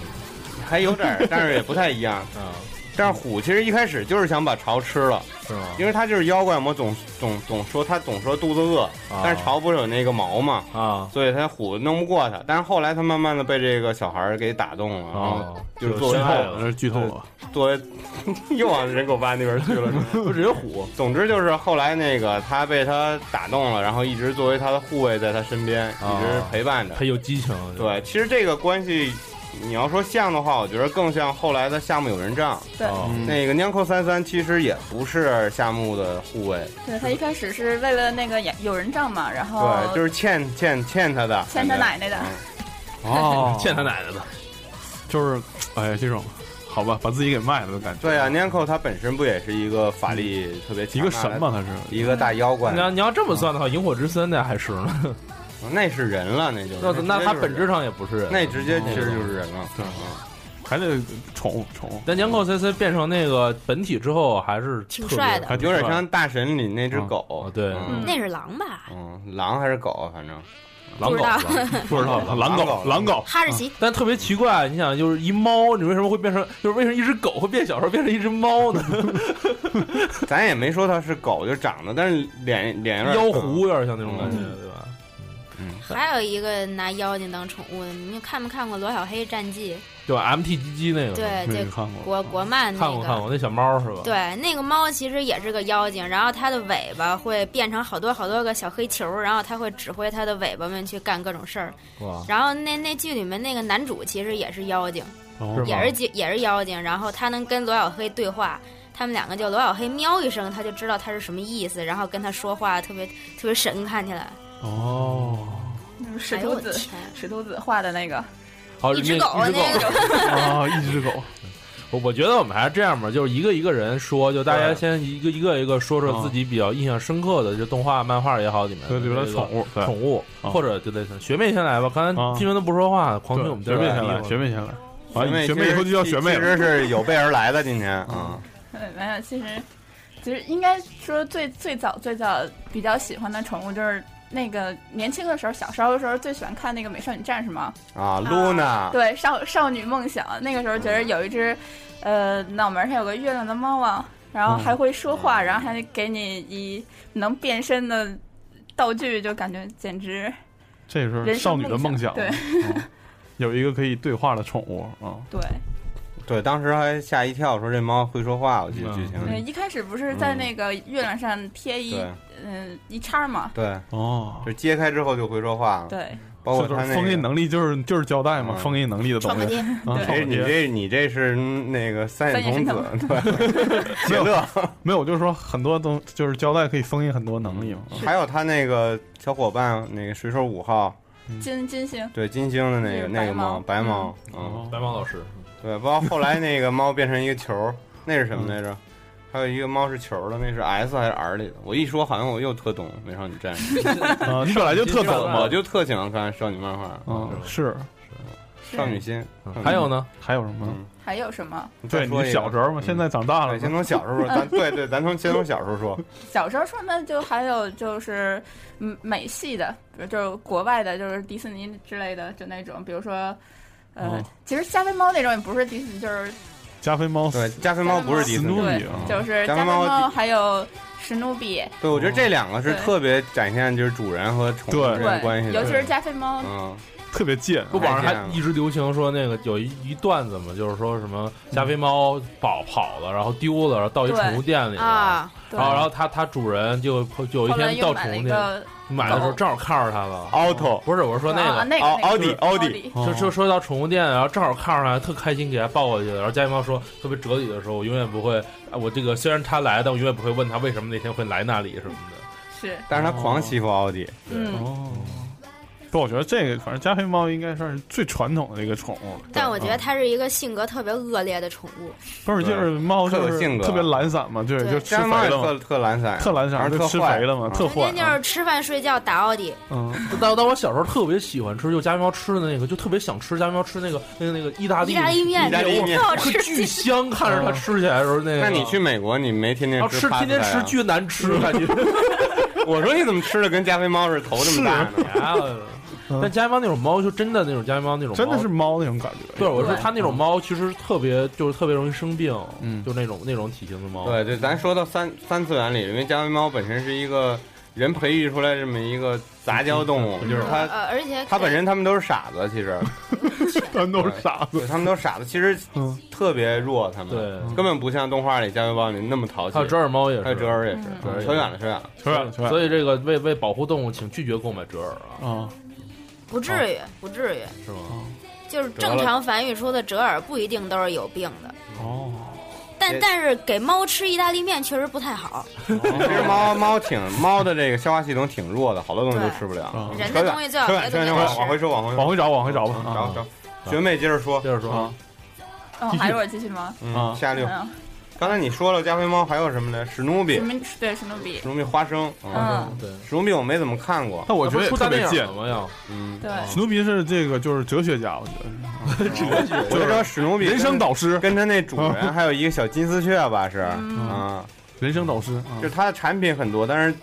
还有点儿，但是也不太一样。
啊？
但是虎其实一开始就是想把潮吃了，
是吗？
因为他就是妖怪嘛，总总总说他总说肚子饿，
啊
但是潮不是有那个毛嘛，
啊
所以他虎弄不过他，但是后来他慢慢的被这个小孩儿给打动了，然后
啊，
嗯就是
有
作为
深爱
我
了
这是呃剧透啊了，
作为 又往人狗吧那边去了。
不只是虎，
总之就是后来那个他被他打动了，然后一直作为他的护卫在他身边，
啊
一直陪伴着。
它有激情。
对，其实这个关系，你要说像的话，我觉得更像后来的夏目友人帐。
对
啊
那个娘寇三三其实也不是夏目的护卫，
对他一开始是为了那个有有人账嘛，然后
对，就是欠欠哦欠他的，
牵他奶奶的，
哦
欠他奶奶的，
就是，哎呀，这种，好吧，把自己给卖了的感觉。
对啊，娘寇他本身不也是一个法力特别
一
强
个
大
神
的
嘛，他是
一个大妖怪
你，要你要这么算的话，萤火之森那还是呢？
那是人了，那就是
那那它
直接就是
本质上也不是人。
那直接其实就是人了，
对还得宠物宠物，
但年口 C C 变成那个本体之后，还是
挺
特别
帅的
还挺
啊有点
帅
像大神里那只
嗯
狗
啊，对
嗯
那是狼吧？
嗯，狼还是狗，反正
狼狗
不
吧。
不知道狼狗狼狗，
哈士奇，
但特别奇怪，你想，就是一猫，你为什么会变成？就是为什么一只狗会变小时候变成一只猫 呢？
咱也没说它是狗，就长得，但是脸脸有点
妖狐有点像那种感觉，
嗯
对吧？
还有一个拿妖精当宠物的，你们看没看过罗小黑战记？
对吧？M T G G 那个，
对，
没
这
看嗯过。
国国漫那
看过
个。
看过，那小猫是吧？
对，那个猫其实也是个妖精，然后它的尾巴会变成好多好多个小黑球，然后它会指挥它的尾巴们去干各种事儿。
哇，
然后那那剧里面那个男主其实也是妖精，
哦
是
也
吗
是精也是妖精，然后他能跟罗小黑对话，他们两个就罗小黑喵一声，他就知道他是什么意思，然后跟他说话特别特别神，看起来。
哦
那个
哎
石
呦
头
我
子
的，天！
石头子画的那个，
好，
一
那
只
一
狗
只狗
那个
啊，一只狗，
我我觉得我们还是这样吧，就是一个一个人说，就大家
对
先一个一个一个说说自己比较印象深刻的，就动画、漫画也好，里面
嗯对，里边
这个
的宠物，对，
宠物，
啊
或者就类似学妹先来吧。刚
啊
才听闻都不说话，狂听我们这
学
儿
妹
逼
先
我
来，学妹先来，
学妹
完学妹
其
以
实
后就叫学妹
其
了。
实是有备而来的今 天啊，
嗯，没有，其实其实应该说最最早最早比较喜欢的宠物就是。那个年轻的时候，小时候的时候最喜欢看那个《美少女战士》嘛，
啊，Luna，嗯
对少少女梦想。那个时候觉得有一只，呃，脑门上有个月亮的猫啊，然后
嗯
还会说话，然后还给你一能变身的道具，就感觉简直
这是
人生
少女的梦想，
梦想
嗯有一个可以对话的宠物啊，
对。
对，当时还吓一跳，说这猫会说话，我记
嗯
得剧情
呃，一开始不是在那个月亮上贴一
嗯对
嗯、一叉嘛？
对，
哦，
就揭开之后就会说话了。
对，
包括他
就是
那
封印
个，
能力就是就是交代嘛，
嗯
封印能力的东西。啊
这你这你这是嗯那个三眼童
三
子，对， 杰乐，
没有，就是说很多东就是交代可以封印很多能力嘛。
还有他那个小伙伴，那个水手五号，
金金星
对金星的那个
是
那个
白猫
猫，白猫，嗯，
哦
白猫老师，
对，包括后来那个猫变成一个球儿，那是什
嗯
么来着？还有一个猫是球儿的，那是 S 还是 R 里的？我一说好像我又特懂《美少女战士》
啊，你本来就特 懂
我
嘛。
就特喜欢看少女漫画，
嗯，是。
少女心。
嗯
还有呢，
还有什么？
嗯
还有什么？
你再
对
说一
你
个嗯
小时候嘛，现在长大了
对，先
嘛，
从小时 候说，咱对对，咱从先从小时候说，
小时候说那就还有就是嗯美系的，比如就是国外的，就是迪士尼之类的，就那种，比如说呃，
哦
其实加菲猫那种也不是迪士尼，就是
加菲猫
对，加菲猫不是迪士尼，
Snoopy
对
对，就是
加菲
加菲
猫
猫还有史努比，
对，我觉得这两个是
对
特别展现就是主人和宠物之间的关系
对，
的，
尤其是加菲猫，
嗯，
特别贱。
不网上
太贱了
还一直流行说那个有一一段子嘛，就是说什么加菲猫跑跑了，然后丢了，然后到一
对
宠物店里了，
啊，
对
然后然后它它主人就就有一
后来
天
又
到
买
宠物
了一
店
个哦
买的时候正好看着它了，
auto
不是我是说那
啊
个。
那个
奥奥
那个
迪奥迪，
迪，
哦
就就说到宠物店，然后正好看上来，特开心，给它抱过去了。然后加菲猫说特别哲理的时候，我永远不会，啊我这个虽然它来，但我永远不会问它为什么那天会来那里什么的。
是
但是他狂欺负奥迪，
嗯。
哦，不，我觉得这个反正加菲猫应该算是最传统的一个宠物。
但我觉
嗯
得它是一个性格特别恶劣的宠物，
不是，就是猫
特有
就是
性格
特别懒散嘛，对，
对
就吃
加菲猫
肥
也
了嘛，
特特懒散，
特懒散，
而
就
特
吃
坏
肥了嘛，
嗯
特
天
坏啊
天。就是吃饭睡觉打奥迪，
嗯，
但但我小时候特别喜欢吃，就加菲猫吃的那个，就特别想吃加菲猫吃那个那个那个意大利
意大利面
意大利面。
特好
可
吃，
巨香，看着它吃起来的时候那个。
那你去美国，你没哦天天
然后吃
吃 pasta 呀
天天吃巨难吃，感觉。
啊我说你怎么吃的跟加菲猫似的，头这么大呢？
哎但加菲猫那种猫就真的那种加菲猫那种猫
真的是。猫那种感觉。
对，我说它那种猫其实特别，就是特别容易生病，嗯，就那种那种体型的猫。，
对对，咱说到三三次元里，因为加菲猫本身是一个人培育出来这么一个杂交动物，就是它
呃，而且
它本身他们都是傻子，其实
全都是傻子。
对他们都是傻子，其实
嗯
特别弱，他们
对
根本不像动画里加菲猫里那么淘气
还有。折耳猫也是，
还有折耳也是
嗯，
折耳也是
扯远了扯远了。
扯远了，扯远了。
所以这个为为保护动物，请拒绝购买折耳啊，
啊，
不至于，不至于，
是吗？
就是
得
正
了
常繁育出的折耳不一定都是有病的，
哦，
这
但但是给猫吃意大利面确实不 太好，
其实猫猫挺猫的这个消化系统挺弱的，好多东西都吃不了。
嗯
人
扯
的
远
东西最好
扯
别
远
的
扯
东
远，
西
扯远往
好
回
吃。
说往回
往
说嗯
回找，往回找吧。
找
啊
找。学妹接着说，
接着说
啊，
哦，还是我继续吗？
嗯，
啊
下六。
嗯，
刚才你说了加菲猫，还有什么呢？史努比
史，努对史努比
史，努比花生，嗯，
嗯，
对，
史努比我没怎么看过，
但我觉得也
出
特
大
别
电影
贱
了。吗？要
嗯，
对，
史努比是这个就是哲学家，我觉得
我就知道史努比跟
人生导师，
跟他那主人还有一个小金丝雀吧是，
嗯
啊，
人生导师。
嗯
啊
就是他的产品很多，但是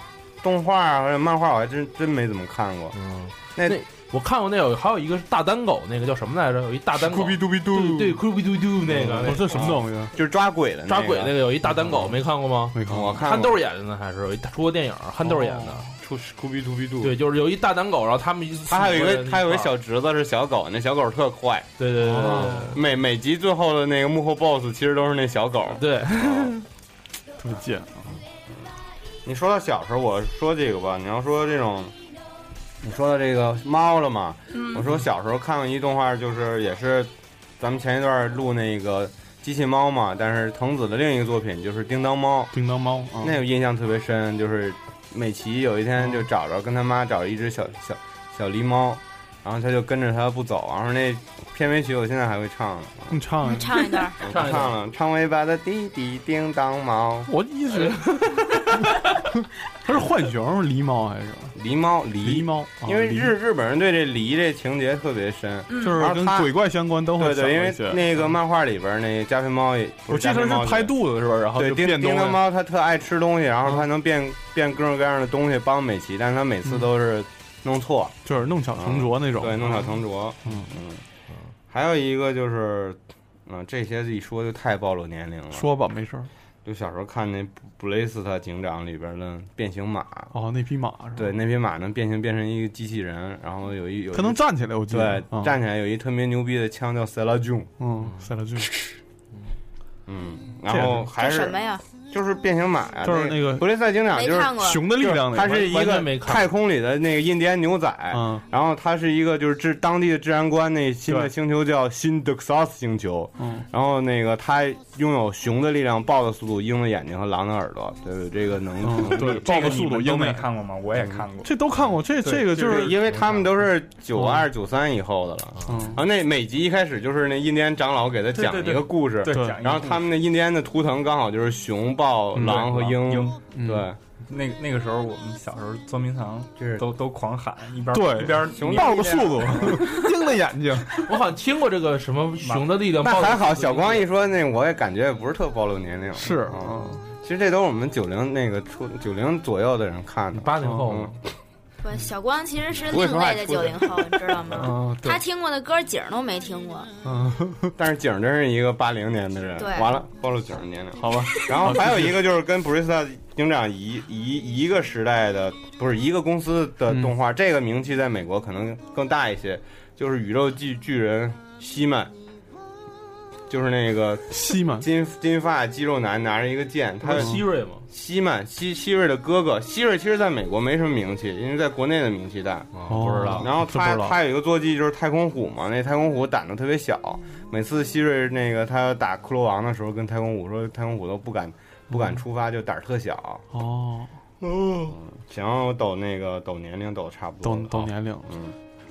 动画啊或者漫画我还真真没怎么看过。
嗯，
那
那我看过那有还有一个是大单狗，那个叫什么来着？有一大单狗，
嘟比
对对，酷比嘟嘟那个，那啊
我
个
这什么东西？啊
就是抓鬼的
抓鬼那
那
个有一大单狗，没看过吗？
没看
个，我
过。
看
憨
过
豆演的呢，还是有一出过电影，憨豆演的。
出酷比嘟比嘟。
对，就是有一大单狗，然后他们一
他还有一个，他有一个
一块儿
小侄子是小狗，那小狗特快。
对对对
每每集最后的那个幕后 BOSS 其实都是那小 狗。哦
对对对，
特别贱。
你说到小时候，我说这个吧，你要说这种，你说到这个猫了嘛，
嗯
嗯
我说小时候看过一动画，就是也是咱们前一段录那个机器猫嘛，但是藤子的另一个作品就是叮当猫，
叮当猫啊，
那个印象特别深，就是美琪有一天就找着跟他妈找一只小小小狸猫，然后他就跟着它不走，然后那片尾曲我现在还会唱呢，
你唱
你
一下。
唱一段，
我
唱一段
唱了，唱尾巴的弟弟叮当猫，
我一 直，它是浣熊、狸猫还是
狸猫狸
狸。猫？啊
因为
狸
日日本人对这梨这情节特别深，
就是跟鬼怪相关都会
对
想
对，因
一
为
些。
那个漫画里边那加菲猫也，不
我
是
记
加
得
菲猫
是拍肚子是吧？然后
对
就
叮
变
叮
东
当
西。嗯
猫，它特爱吃东西，然后它能变变各种各样的东西帮美琪，但是它每次都是弄错，
就是弄巧成拙那种。
嗯对，弄巧成拙。
嗯
嗯，还有一个就是，嗯，这些一说就太暴露年龄了。
说吧，没事儿。
就小时候看那布布雷斯特警长里边的变形马，
哦，那匹马是吧？
对，，那匹马能变形变成一个机器人，然后有一有一
它能站起来，我记
对
得。啊
站起来有一特别牛逼的枪叫塞拉囧。
嗯，塞拉俊，
嗯，然后还是
这什么呀？
就是变形马呀，
就是
那
那个
布雷赛警长，
没
就是
看过
熊的力量那
它
个，
是一
完
个
全没看过
太空里的那个印第安牛仔，
嗯
然后他是一个就是治当地的治安官，那新的
对
星球叫新德克萨斯星球，
嗯，
然后那个他拥有熊的力量、豹的速度、鹰的眼睛和狼的耳朵，对对，这个能
嗯
能
对，
力
豹的速度，
都
鹰
没
的，
看过吗？我也看过。
这都看过，这
对
这个
就
就是是
因为他们都是九二九三以后的了。
嗯
然后那每集一开始就是那印第安长老给他讲
对
一
对
个故事，
对，
对
讲
嗯
一
然后他们那印第安的图腾刚好就是熊、豹、
嗯
狼和
对
鹰，
鹰
嗯
对，
那那个时候我们小时候做迷藏，
就是
都都狂喊，一边
对
一边
熊
豹的速度， 鹰的眼睛，
我好像听过这个什么熊的力量，
那
豹的
还好，
力量
小光一说那我也感觉也不是特暴露年龄，
是
嗯，其实这都是我们九零那个出九零左右的人看 的，
八零后
嗯
不，小光其实是
不会
另
说话
类的
出
九
去
零后，你知道吗？
嗯，对嗯
他，听过的歌景儿都没 听过，
但是景儿真是一个八零年的人，
对
完了暴露景儿年龄。
好吧，
然后还有一个就是跟 Brisa 警长一一一个时代的，不是一个公司的动画，这个名气在美国可能更大一些，就是宇宙巨巨人西曼，就是那个
西嘛，
金金发肌肉男拿着一个剑，他
不是希瑞吗？
西曼希希瑞的哥哥，希瑞其实在美国没什么名气，因为在国内的名气大。
不知道
然后
哦这不
他
知道
他有一个坐骑就是太空虎嘛，那太空虎胆子特别小，每次希瑞那个他打骷髅王的时候，跟太空虎说，太空虎都不
嗯
敢不敢出发，就胆儿特小。
哦，
行，我抖那个抖年龄抖差不多
都
了，
都年龄，
嗯，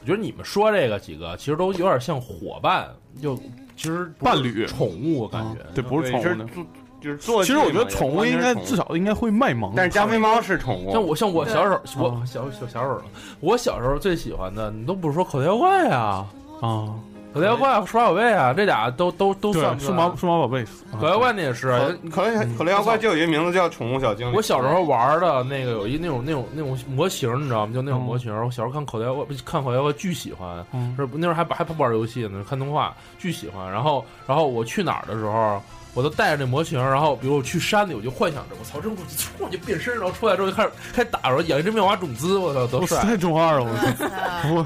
我觉得你们说这个几个其实都有点像伙伴，就其实不是
伴侣啊
宠物，我感觉
对，不是宠
对
物的
是。坐就是坐
其
骑
实
嘛。
我觉得
也
宠物应该
完全是
至少应该会卖萌，
但是加菲猫是宠物，
像我像我小时候，
哦
对
我小小小时候，我小时候最喜欢的，你都不是说口袋妖怪啊，
啊，
口袋妖怪、数码宝贝啊，这俩都都都算不
对，数
算
码数码宝贝，啊
口袋妖怪那也是。
可可
嗯
乐可乐妖怪就有一个名字叫宠物小精灵
我，小时候玩的那个有一那种那种那种模型，你知道吗？就那种模型。我小时候看口袋妖怪，不是看口袋妖怪巨喜欢，
嗯
是不那时候还还不玩游戏呢，看动画巨喜欢。然后然后我去哪儿的时候，我都带着那模型，然后比如我去山里，我就幻想着我操，这我突然就变身，然后出来之后就开始开始打，然后养一只妙蛙种子，我操，多
我
帅！
太中二了，我操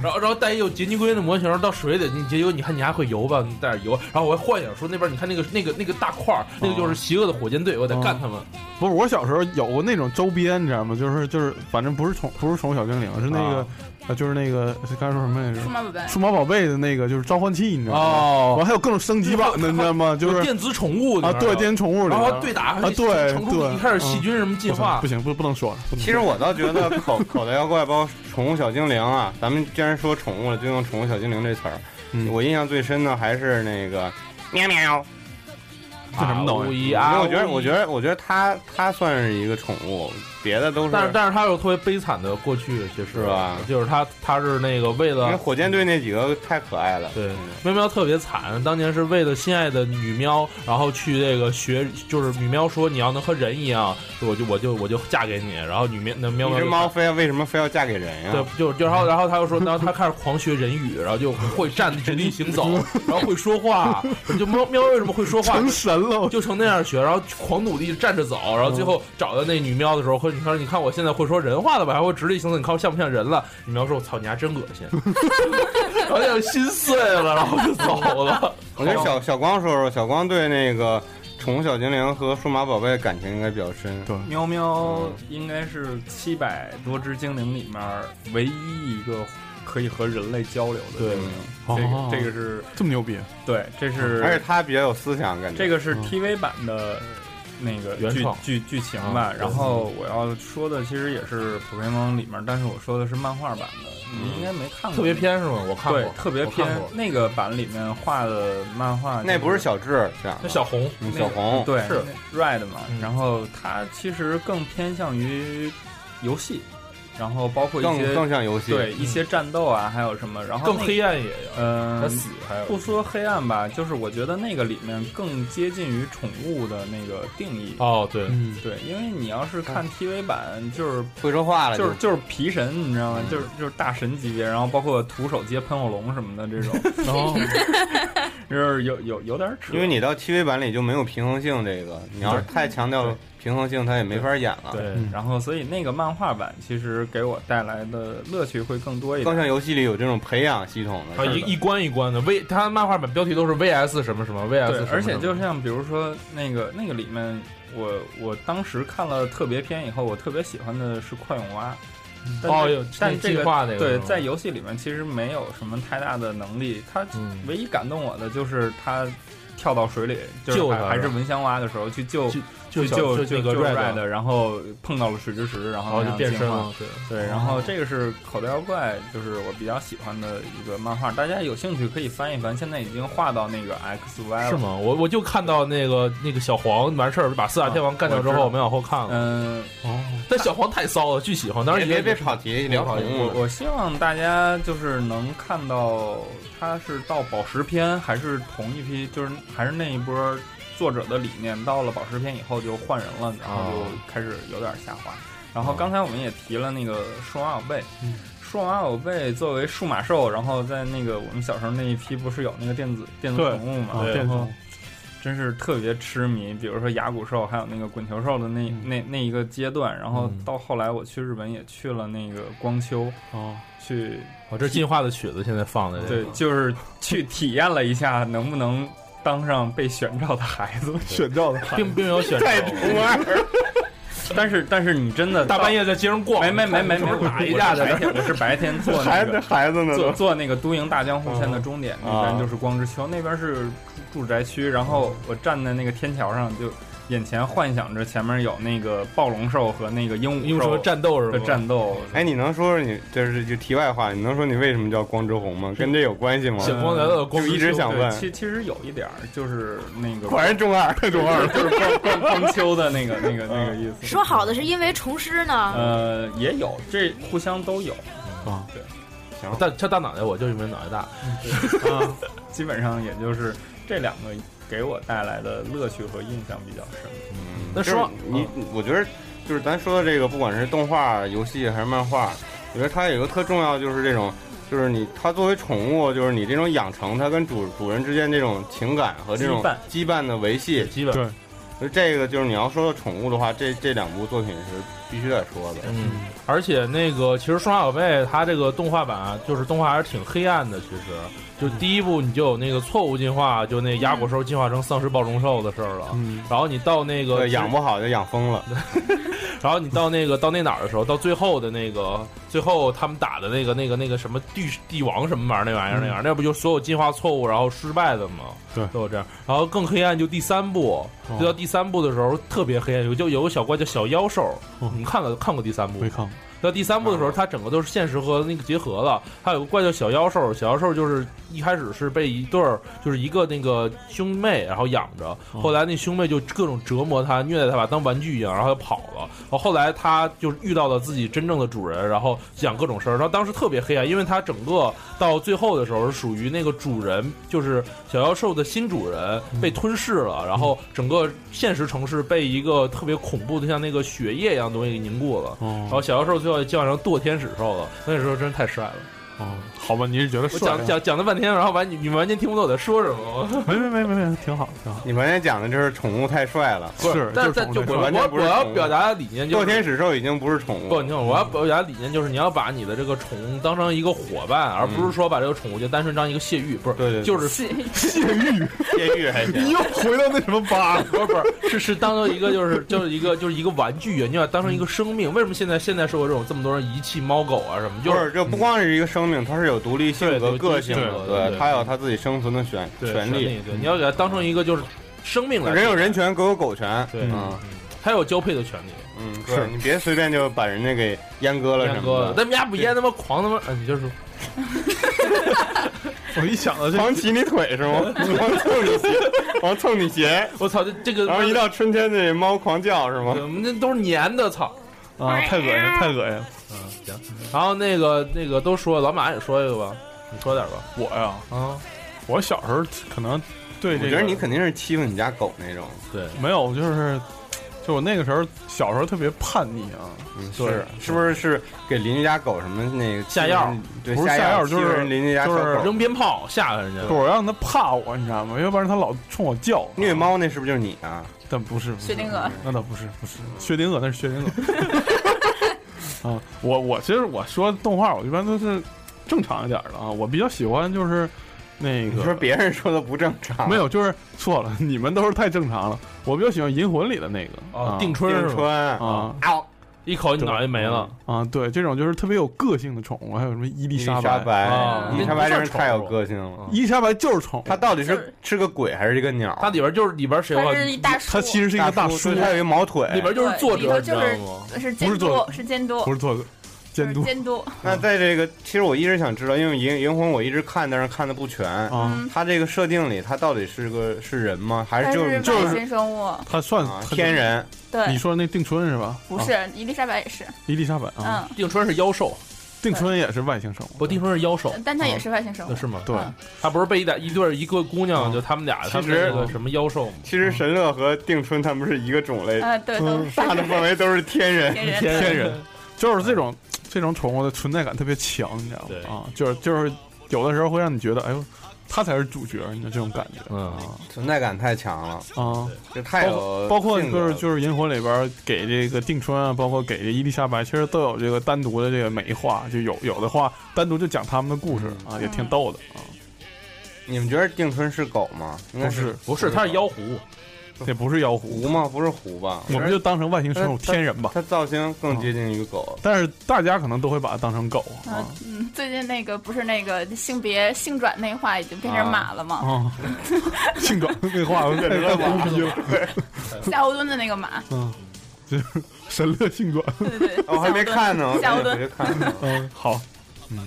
然后然后带一有杰尼龟的模型到水里，你结果你看你还会游吧？你带着游，然后我还幻想说那边你看那个那个那个大块儿，那个就是邪恶的火箭队，我得干他们。
不是，我小时候有过那种周边，你知道吗？就是就是，反正不是宠不是宠物小精灵，是那个
啊，
呃就是那个刚才说什么来着
数？码宝贝，
数码宝贝的那个就是召唤器，你知道吗？完
哦，
还有各种升级版的，你知道吗？就
有
是
电子宠物
啊，对，电
电，
子宠物里
然
边
后对打
啊对
成功
对
你开始细菌什么进化
不，行，不不能说了。不能
其实我倒觉得口口袋妖怪包括宠物小精灵啊，咱们既然说宠物了，就用宠物小精灵这词儿。
嗯
我印象最深的还是那个喵喵，
这什么东西
西
因
啊？
为我觉得，我觉得，我觉得它它算是一个宠物，别的都是。
E，但是但是他有特别悲惨的过去，其实
是
啊
啊吧
就是他他是那个为
因为
了
火箭队那几个太可爱了。
对，喵喵特别惨，当年是为了心爱的女喵，然后去这个学，就是女喵说你要能和人一样，我就我就我就嫁给你，然后女喵那喵
一
喵
只
就
猫。非要为什么非要嫁给人呀、啊
对，就就然后，然后他又说，然后他开始狂学人语，然后就会站直立行 走，然后会说话。就喵喵为什么会说话？
成神了，我
就成那样学，然后狂努力站着走，然后最后找到那女喵的时候，和你看，你看我现在会说人话了吧，还会直立行走，你看我像不像人了？女喵说：“我操，你还真恶心。” 然后就心碎了，然后就走了。
我觉得小小光说说，小光对那个宠物小精灵和数码宝贝感情应该比较深。
对
喵
嗯
喵应该是七百多只精灵里面唯一一个可以和人类交流的精灵。这个、
哦
这个是
这么牛逼，
对，这是
而且它比较有思想，感觉
这个是
嗯
TV 版的那个
原
剧
创
剧剧情吧
啊。
然后我要说的其实也是《p o k 里面，但是我说的是漫画版的，你应该没看过，
嗯特别。偏是吗？我看过
对，，特别
我看
偏
过。
那个版里面画的漫画就，
那不是小智讲
那
的，
小红
嗯
那
小
个
红
对
是
Red 嘛
嗯，
然后它其实更偏向于游戏，然后包括一
更更
些
像游戏。
对一些战斗啊，还有什么，然后
更
那个
黑暗也有，
呃
他，死还有
不说黑暗吧，就是我觉得那个里面更接近于宠物的那个定义。
哦， 对，
嗯，
对，因为你要是看 TV 版，就是
会说话了嗯
就
就是嗯
就是皮神，你知道吗？ 哦就是就是大神级别，然后包括徒手接喷火龙什么的这种，
然后
就是有有有点扯。
因为你到七 V 版里就没有平衡性这个，你要是太强调平衡性，它也没法演了。
对，
嗯
然后所以那个漫画版其实给我带来的乐趣会更多一
更
点。
像游戏里有这种培养系统的。
啊，一一关一关的 V，它漫画版标题都是 VS 什么什么 VS，
对
什，么
而且
什么
就像比如说那个那个里面，我我当时看了特别篇以后，我特别喜欢的是快永蛙。但
哦
这
有
但
那
这
计划那个是
对，
吗
在游戏里面其实没有什么太大的能力，他
嗯
唯一感动我的就是他跳到水里，
救
就是
他
还还
是
是
吧
蚊香蛙的时候去救
去
去
小
救
就那
救
个 Red
的，然后碰到了水之石，然
然
后
后就
让它
变
进
身
化
了，哦对
对，哦然后这个是口袋妖怪，就是我比较喜欢的一个漫画，大家有兴趣可以翻一翻，现在已经画到那个 X Y 了。
是？吗？我我就看到那个那个小黄完事儿把四大天王干掉之后，
啊我知道
我没往后看了。
嗯、
哦，但小黄太骚了，巨喜欢。当
当
然
然
也
别别跑题，聊恐
我
怖。
我希望大家就是能看到，它是到宝石篇还是同一批，就是还是那一波作者的理念，到了宝石篇以后就换人了，然后
哦
就开始有点下滑。然后刚才我们也提了那个数码宝贝，数码宝贝作为数码兽，然后在那个我们小时候那一批不是有那个电子电子
对
宠物嘛，
啊
然
电子宠
后
物
真是特别痴迷，比如说牙骨兽，还有那个滚球兽的那、那那一个阶段，然后
嗯
到后来我去日本也去了那个光丘
哦，
去，
我这进化的曲子现在放的这
对
个，
就是去体验了一下能不能当上被选召的孩 子，
选到的
并并没有选
太
中
中二了，
但是但是你真的
大半
夜
夜在街上逛，
没没没没
你看我
没
是不是打一架
的，
的
我是 白天我是白天做那
孩
个
子孩子呢
坐
都
坐那个都营大江户线的终点、那边
啊
就是光之丘，那边是住住宅区，然后我站在那个天桥上，就眼前幻想着前面有那个暴龙兽和那个鹦
因
鹉
为说
兽
战斗是
的
吧？
战斗。
哎，你能说说你就是就题外话，你能说你为什么叫光之红吗？跟这有关系吗？
小黄聊到光
嗯
之
就一直
丘
想
对，
问
其其实有一点儿就是那个
果然中 二，太中二了。
就是光光光丘的那个那个那个意思。
说好的是因为重师呢？
嗯
呃，也有这互相 都有，
但他大脑袋，我就因为脑袋大。
啊，基本上也就是这两个给我带来的乐趣和印象比较深。
那
就是
说嗯
你，我觉得就是咱说的这个，不管是动画、游戏还是漫画，我觉得它有一个特重要，就是这种，就是你它作为宠物，就是你这种养成它跟主主人之间这种情感和这种
羁绊
羁绊的维系。
基本
对
所以这个就是你要说到宠物的话，这这两部作品是必须得说的。
嗯，而且那个其实《数码宝贝》它这个动画版啊就是动画还是挺黑暗的，其实就第一部你就有那个错误进化，就那牙果兽进化成丧尸暴龙兽的事儿了。
嗯，
然后你到那个
对，养不好就养疯
嗯
了。
然后你到那个到那哪儿的时候，到最后的那个最后他们打的那个那个那个什么帝帝王什么玩意儿那玩意儿那玩意儿，那不就所有进化错误然后失败的吗？
嗯对哦
都有这样。然后更黑暗就第三部，就到第三部的时候特别黑暗，有就有个小怪叫小妖兽，
哦
你们看了看过第三部吗
没？看过。
到第三部的时候，它整个都是现实和那个结合了。它有个怪叫小妖兽，小妖兽就是一开始是被一对儿，就是一个那个兄妹，然后养着。
嗯
后来那兄妹就各种折磨它，虐待它，把它当玩具一样，然后它跑了。然后后来它就是遇到了自己真正的主人，然后讲各种事儿。然后当时特别黑暗，因为它整个到最后的时候是属于那个主人，就是小妖兽的新主人被吞噬了，然后整个现实城市被一个特别恐怖的像那个血液一样的东西给凝固了。然后
哦
小妖兽最后叫成堕天使兽了，那时候真是太帅了。
哦，好吧，你是觉得
我
帅
讲
啊？
讲讲了半天，然后完你你完全听不懂我在说什么。
没没没没没，挺好挺好。
你完全讲的就是宠物太帅了。
不
是
但
就是
但就
宠物
我
完全
我
不
我
是
要
宠物
表达的理念就
斗
是。
天使兽已经不是宠物
不，
了
你，看，我要表达的理念就是你要把你的这个宠物当成一个伙伴，而不是说把这个宠物就单纯当一个泄欲，不是，
嗯对对对
就是
监狱还行。
又回到那什么吧？
不是不是，是是当做一个就是就是一个就是一个玩具，你要当成一个生命。为什么现在现在社会这种这么多人遗弃猫狗啊什么？就
就是是这不光是一个生命，它是有独立性
对
和
对
个性
对
的，
对对
它有它自己生存的权
对
权利。
对，你要给它当成一个就是生命来
人有
看
人权，狗有狗权。
对
嗯
它有交配的权利。
嗯，
是
对你别随便就把人家给阉割了
阉
什
割
么
了，
的。
咱们家不阉他妈狂他妈，哎，你就说，
我一想到这
狂骑你腿是 吗？狂蹭你鞋，狂蹭你鞋，
我操，这这个，
然后一到春天那猫狂叫是吗？
我们这都是粘的，操。
啊，太恶心了，太恶心了。
嗯，行。然后那个那个都说，老马也说一个吧，你说点吧。
我呀，
啊，
我小时候可能对
我
这
觉
个
得你肯定是欺负你家狗那种，
对，
没有，就是就我那个时候小时候特别叛逆啊，对
嗯是是不是是给邻居家狗什么那个
下药
对，
不是下药
药，
就是
欺负人邻居家
就是
小狗
扔
鞭炮吓人家
对，我让他怕我，你知道吗？要不然他老冲我叫。
虐猫那是不是就是你啊？
但不是，不是
薛定谔，
那倒不是，不是薛定谔，那是 薛定谔。啊，我我其实我说动画，我一般都是正常一点的啊，我比较喜欢就是那个。
你说别人说的不正常，
没有，就是错了，你们都是太正常了。我比较喜欢《银魂》里的那个
哦
啊
定春是吧
定春嗯
啊，
一口你脑袋没了。
啊，对，这种就是特别有个性的宠物，还有什么伊丽莎
伊丽莎白
啊，
伊丽莎白这人太有个性了。
伊丽莎白就是宠物，
它到底是是个鬼还是一个鸟？
它里边就是里边谁
它是一大叔，
它其实是一个大
叔
叔，，
它有一毛腿。
里边就是作
对里头
者，你知
就
道
是
吗？
是
不是
监
作
督，是监督，
不是做的监督啊
就是监督，
那在这个，其实我一直想知道，因为《银银魂》我一直看，但是看的不全。
啊，
它这个设定里，它到底是个是人吗？还
嗯它
是就是是
外星生物，
它算
啊
它
天。人？
你
对，
说那定春是吧？
不
啊
是伊丽莎白也是，
伊丽莎白啊，
嗯，
定春是妖兽，
定春也是外星生物。
不，定春是妖兽，
但它嗯也是外星生
那
物，
是吗？
对，
嗯
他不是被一大一对一个姑娘，
嗯
就他们俩，
其
他们
实
那个什么妖兽嘛，
其实神乐和定春他们是一个种类，
呃，
嗯
对，都是
大的范围嗯都是天人。
天人，
天人就是这种这种宠物的存在感特别强，你知道
对
吗？啊，就是就是有的时候会让你觉得，哎呦，它才是主角，你知道这种感觉。
嗯
存在感太强了，
啊啊，
这太有
包括
呃性
就
格
是
了
就是《银魂》里边给这个定春啊，包括给这伊丽莎白，其实都有这个单独的这个每一话，就有有的话单独就讲他们的故事
嗯
啊，也挺逗的啊。
你们觉得定春是狗吗？应该
不是
不是，他是妖狐，
这不是妖狐，
狐吗？不哎是狐吧？
我们就当成外星生物天人吧。
它造型更接近于狗。
但是大家可能都会把它当成狗啊
嗯嗯，最近那个不是那个性别性转那话已经变成马了吗？
啊， 性转那话我感觉太牛逼了，
哦
夏侯惇的那个马，
嗯，就是神乐 性转，
对对对，
哦我还没看呢，我
夏侯
赶紧回
惇
去看看。
嗯，好，嗯，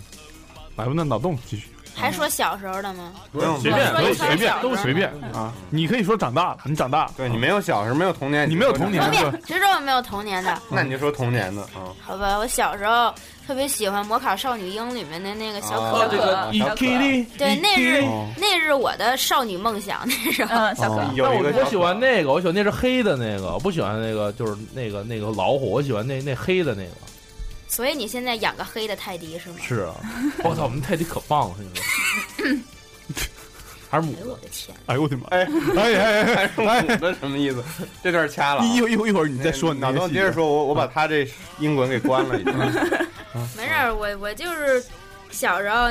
来吧，那脑洞继续，
还说小时候的 吗？
不用
随便
说
可以
一
随
圈
便
小时候
随便啊，你可以说长大了，你长大了，
对你没有小时候没有童年，
你没有童年
童
说
年，谁说我没有童年的？
那你就说童年的啊。
好吧，我小时候特别喜欢《魔考少女樱》里面的那个小
哦
可
这
可，
个
小可
丽，
对，那是
哦
那是我的少女梦想，那时候。
嗯，小哥
哦，
有一
我
个
我喜欢那个，我喜欢那是黑的那个，我不喜欢那个就是那个那个老虎，我喜欢那那黑的那个。
所以你现在养个黑的泰迪是吗？
是啊， 我操，我们泰迪可棒了，现在。 还是母
哎呦我的天！
哎呦我的妈，
哎
哎哎哎，
还是母的什么意思？这段掐了啊。
一一会儿一会儿你再说，你
脑洞哎接
细节
着。说，我我把他这音滚给关了，已经。
没事儿，我我就是小时候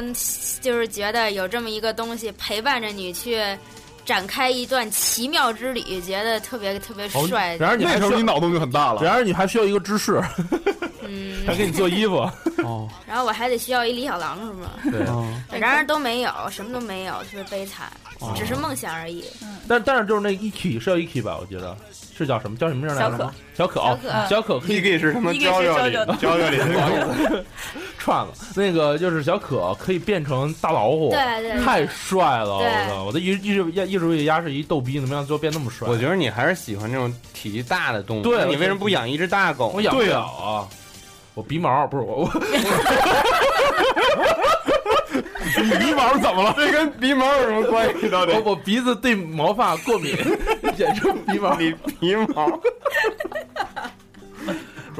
就是觉得有这么一个东西陪伴着你去展开一段奇妙之旅，觉得特别特别
哦
帅。
然而你
那
还
时
需
候你
要，
脑洞就很大了，
然而你还需要一个芝士，
嗯，
他给你做衣服。
哦，
然后我还得需要一李小狼是吗？
对，
哦
啊
然而都没有，什么都没有，特别悲惨，只是梦想而已。
但但是就是那一 k 是叫一 k 吧？我觉得是叫什么叫什么名儿来着？小可，
小可啊
哦小可可以
Kiki 是他妈
一个
娇
是
娇
娇
里
娇的，
娇娇 里的狗。
串了。那个就是小可可以变成大老虎，
对对，对
太帅了！
对
我操，我的艺艺术艺术艺压是一逗逼，能不能让最后变那么帅？
我觉得你还是喜欢这种体积大的动物。
对
那
我
你为
就
什么不养一只大狗呢？
我养不
对
了啊，我鼻毛不是我我
你鼻毛怎么了？
这跟鼻毛有什么关系？到底
我我 鼻子对毛发过敏， 简称鼻毛。
你鼻 毛，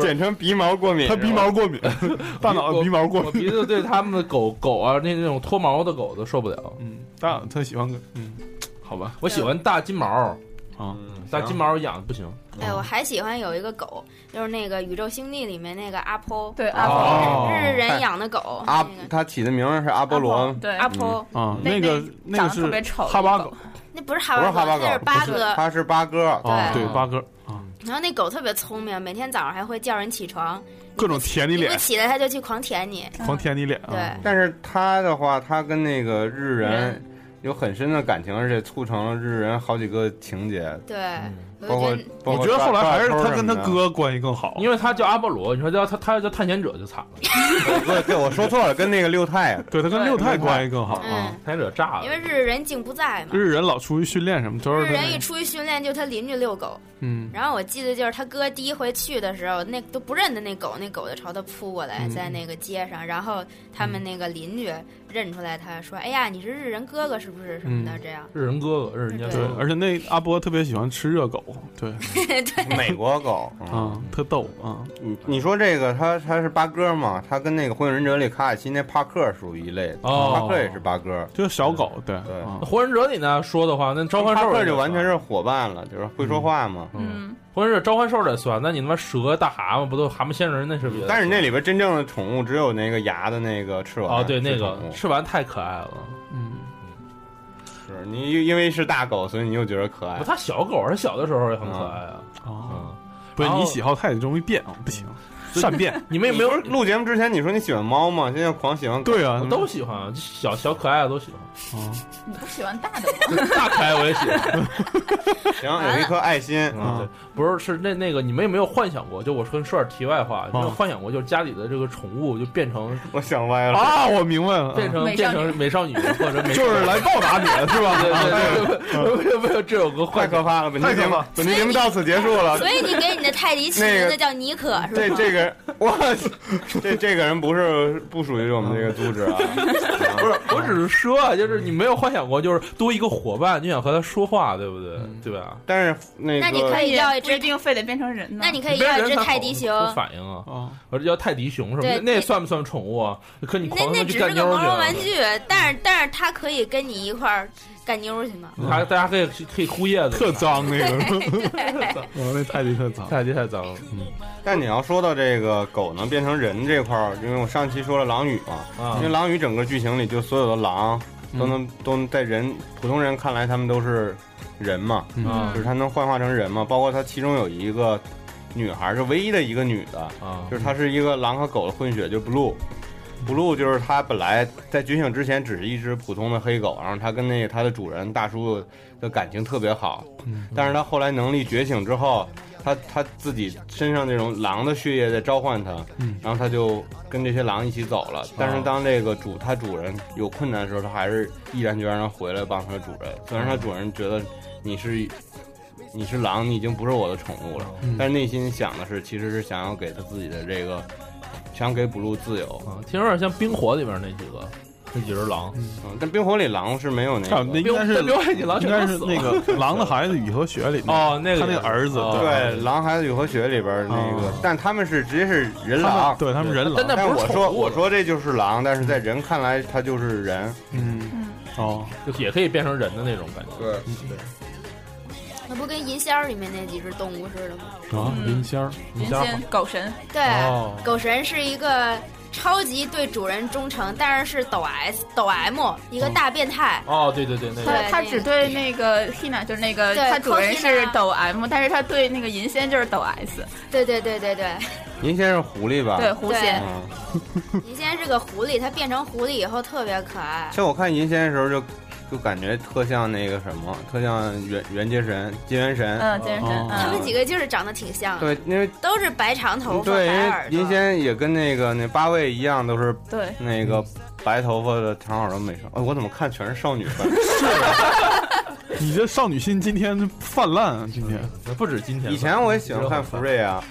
简称鼻毛过敏。
他鼻毛过敏，大脑的鼻毛过
我
敏。
鼻子对他们的狗狗啊，那那种脱毛的狗都受不了。
嗯，大他喜欢个嗯，好吧
我喜欢大金毛，
啊，
大金毛养的不行。哦
哎，我还喜欢有一个狗，就是那个《宇宙兄弟》里面那个阿波，
对阿波
哦
啊
日人养的狗，
阿
那，个
他起的名字是阿波罗。
对
阿波，
啊，
那
个
那
那个
长得特别
是
丑的
哈巴
哦
狗
狗，
那不
嗯
是
不是
哈
哈
巴
巴
狗，
狗，
那是八哥。
他是八哥。
啊，
对
对八哥啊，
然后那狗特别聪明，每天早上还会叫人起床，
各种舔你
你不
脸，
起来它就去狂舔你。
狂舔你脸啊，
对
但是他的话，他跟那个日人有很深的感情，而且促成了日人好几个情节，
对，
嗯
我
包括
就觉得
包括
我觉得后来还是
抓
他跟他，哥关系更好，
因为他叫阿波罗，你说叫他他要叫探险者就惨了，
抓偷什么 的对对，我说错了，跟那个六太啊
对他跟
对
六太关系更好啊。
嗯，
探险者炸了。
因为日人竟不在嘛。
日人老出去训练什么，都
日
是他
人一
那
出去训练，就他邻居遛狗。
嗯，
然后我记得就是他哥第一回去的时候，那都不认得那狗，那狗就朝他扑过
嗯
来，在那个街上。然后他们那个邻居认出来他，说：“哎呀，
嗯
你是日人哥哥是不是？”什么的这样。
日人哥哥，日人家
对
对
哥，哥，
而且那阿波特别喜欢吃热狗，对，
对，
美国狗，
嗯，特逗啊。
你你说这个，它它是八哥嘛？它跟那个《火影忍者》里卡卡西那帕克属于一类的，
哦
帕克也是八哥，
就是小狗，对啊
对。
火影忍者里呢说的话，那召唤
帕
兽
克
也
就完全
算
是伙伴了，就是会说话嘛。
嗯，
火影忍者召唤兽得算，那你他妈蛇大蛤蟆不都蛤蟆仙人那是不是也得算？
但是那里边真正的宠物只有那个牙的那个赤王
哦对
是
那个
宠物
吃完太可爱了，
嗯，
是你因因为是大狗，所以你又觉得可爱
不，。它小狗它小的时候也很可爱啊。哎嗯，
哦，
哦
不是
然后
你喜好太容易变啊，不行，善 变。
你们有没有
你不是录节目之前你说你喜欢猫吗？现在狂喜欢狗，
对啊
我，都喜欢，小小可爱的都喜欢，
啊
你不喜欢大的吗？
大可爱我也喜欢。
行，有一颗爱心。
嗯，
啊
对，不是是那那个你们有没有幻想过？就我说说点题外
嗯
话，有没有幻想过就是家里的这个宠物就变成
我想歪了，
啊，我明白了，
变成
美
变
少女
成美少女或者美
就是来报答你了，嗯是吧？
对对对，为为为这有 个
太
幻
可
想，
怕了！本期节目，本期节目到此结束
啊
了。
所以你给你的泰迪起名字叫尼可
嗯
是
这
吗？
这 个我这这个人不是不属于我们这个组织 啊，
不是，我只是说啊，就是你没有幻想过，就是多一个伙伴，你想和他说话，对不对？
嗯
对吧？
但是那
那你
个
可以要一
不一
只，
定非得变成人呢。
那你可以
别
要
人
一只
才
泰
好
迪
有
熊，
反应啊，
啊，
我这叫泰迪熊是吧？
对
那那算不算宠物啊？可你
那
狂
那
扔
只
去
是
干
个
妞
毛
去
绒
了
玩。具，但是但是它可以跟你一块儿干妞去嘛？
还嗯大家可以可以呼叶子，
特脏那个， 我那泰迪特脏。
泰迪太脏了。
但你要说到这个狗能变成人这块儿，因为我上期说了狼语嘛，
嗯
啊嗯
因为狼语整个剧情里就所有的狼都能、都能在人普通人看来他们都是人嘛，
啊
就是它能幻化成人嘛，包括它其中有一个女孩是唯一的一个女的，
啊！
就是它是一个狼和狗的混血，就 blue。blue 就是它本来在觉醒之前只是一只普通的黑狗，然后它跟那个它的主人大叔的感情特别好，但是它后来能力觉醒之后，它它自己身上这种狼的血液在召唤它，
嗯
然后它就跟这些狼一起走了。但是当这个主它主人有困难的时候，它还是毅然决然地回来帮它的主人，虽然它主人觉得你是。你是狼，你已经不是我的宠物了。
嗯
但是内心想的是，其实是想要给他自己的这个，想要给 blue 自由。
啊，听着有点像《冰火》里边那几个那几只狼，
嗯，但冰火里狼是没有那
啊
个，
那应该是
冰火里几狼
应
全
该
都
是
死了
那个狼的孩子雨和雪里面，
哦，那个
他那个儿子
哦
对《狼孩子与和雪》里边那个，
哦
但他们是直接是人
他
狼
们。对他们人
但
狼，
那
但
不是
我说
宠物
我说这就是狼，但是在人看来它就是人。
嗯，哦，
就也可以变成人的那种感觉。
对，
那不跟银仙儿里面那几只动物似的吗？
啊，
嗯
林仙儿，
人间狗神，
对，
哦
狗神是一个超级对主人忠诚，但是是抖 S 抖 M 一个大变态。
哦，对对对，那个
对
他
那
只
个
对那个 Hina 就是那个
对
他主人
Cosina
是抖 M，但是他对那个银仙就是抖 S，
对对对对对，
您先是狐狸吧？
对狐仙。
嗯，
银仙是个狐狸，它变成狐狸以后特别可爱
其。实我看银仙的时候就就感觉特像那个什么，特像元元结神、金元神。
嗯，健身，
他
嗯
们几个就是长得挺像的，
对，因为
都是白长头发、
对，
白
因为
耳朵。
银仙也跟那个那八位一样，都是
对，
那个白头发的长耳朵美少，哎，我怎么看全是少女范？
你这少女心今天泛滥啊！今天
不止今天，
以前我也喜欢看福瑞啊，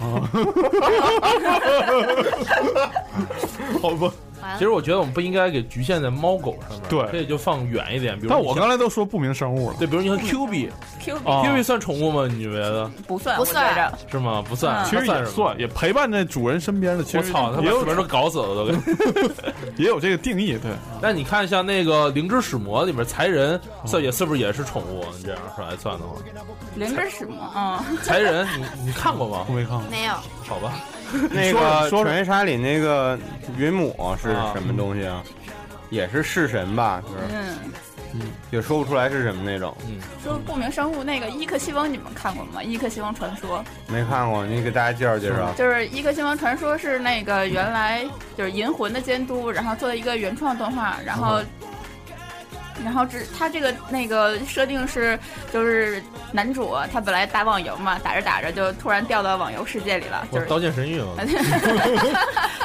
好吧，
完
其实
了
我觉得我们不应该给局限在猫狗上面，
对
可以就放远一点。比如
但
你
我
像
刚才都说不明生物了，
对，比 如你看 Q B，Q
，Q
啊
B 算宠物吗？你觉得
哦不算，
不
我觉着，
是吗？不算，
嗯
其实
它
也
什么。
算，也陪伴在主人身边的，其
我
实
操，他
也
把
有
四门都搞死了都。
也有这个定义，对，
那你看像那个《灵之使魔》里面财神，算也是不是也是宠物？你这样说来算的话，
灵芝使魔，嗯，
财神你你看过吗
我？没看过，
没有，
好吧，
那
说
个
着
《
说着
犬夜叉》里那个云母是什么东西啊？也是弑神吧，就是
嗯，
也说不出来是什么那种，
说不明生物那个伊克西翁，你们看过吗？伊克西翁传说
没看过，你给大家介绍介绍。
就是伊克西翁传说是那个原来就是银魂的监督，然后做了一个原创动画，然后。然后这他这个那个设定是，就是男主他本来打网游嘛，打着打着就突然掉到网游世界里了，
我
就
《
是哎
刀剑神域》嘛，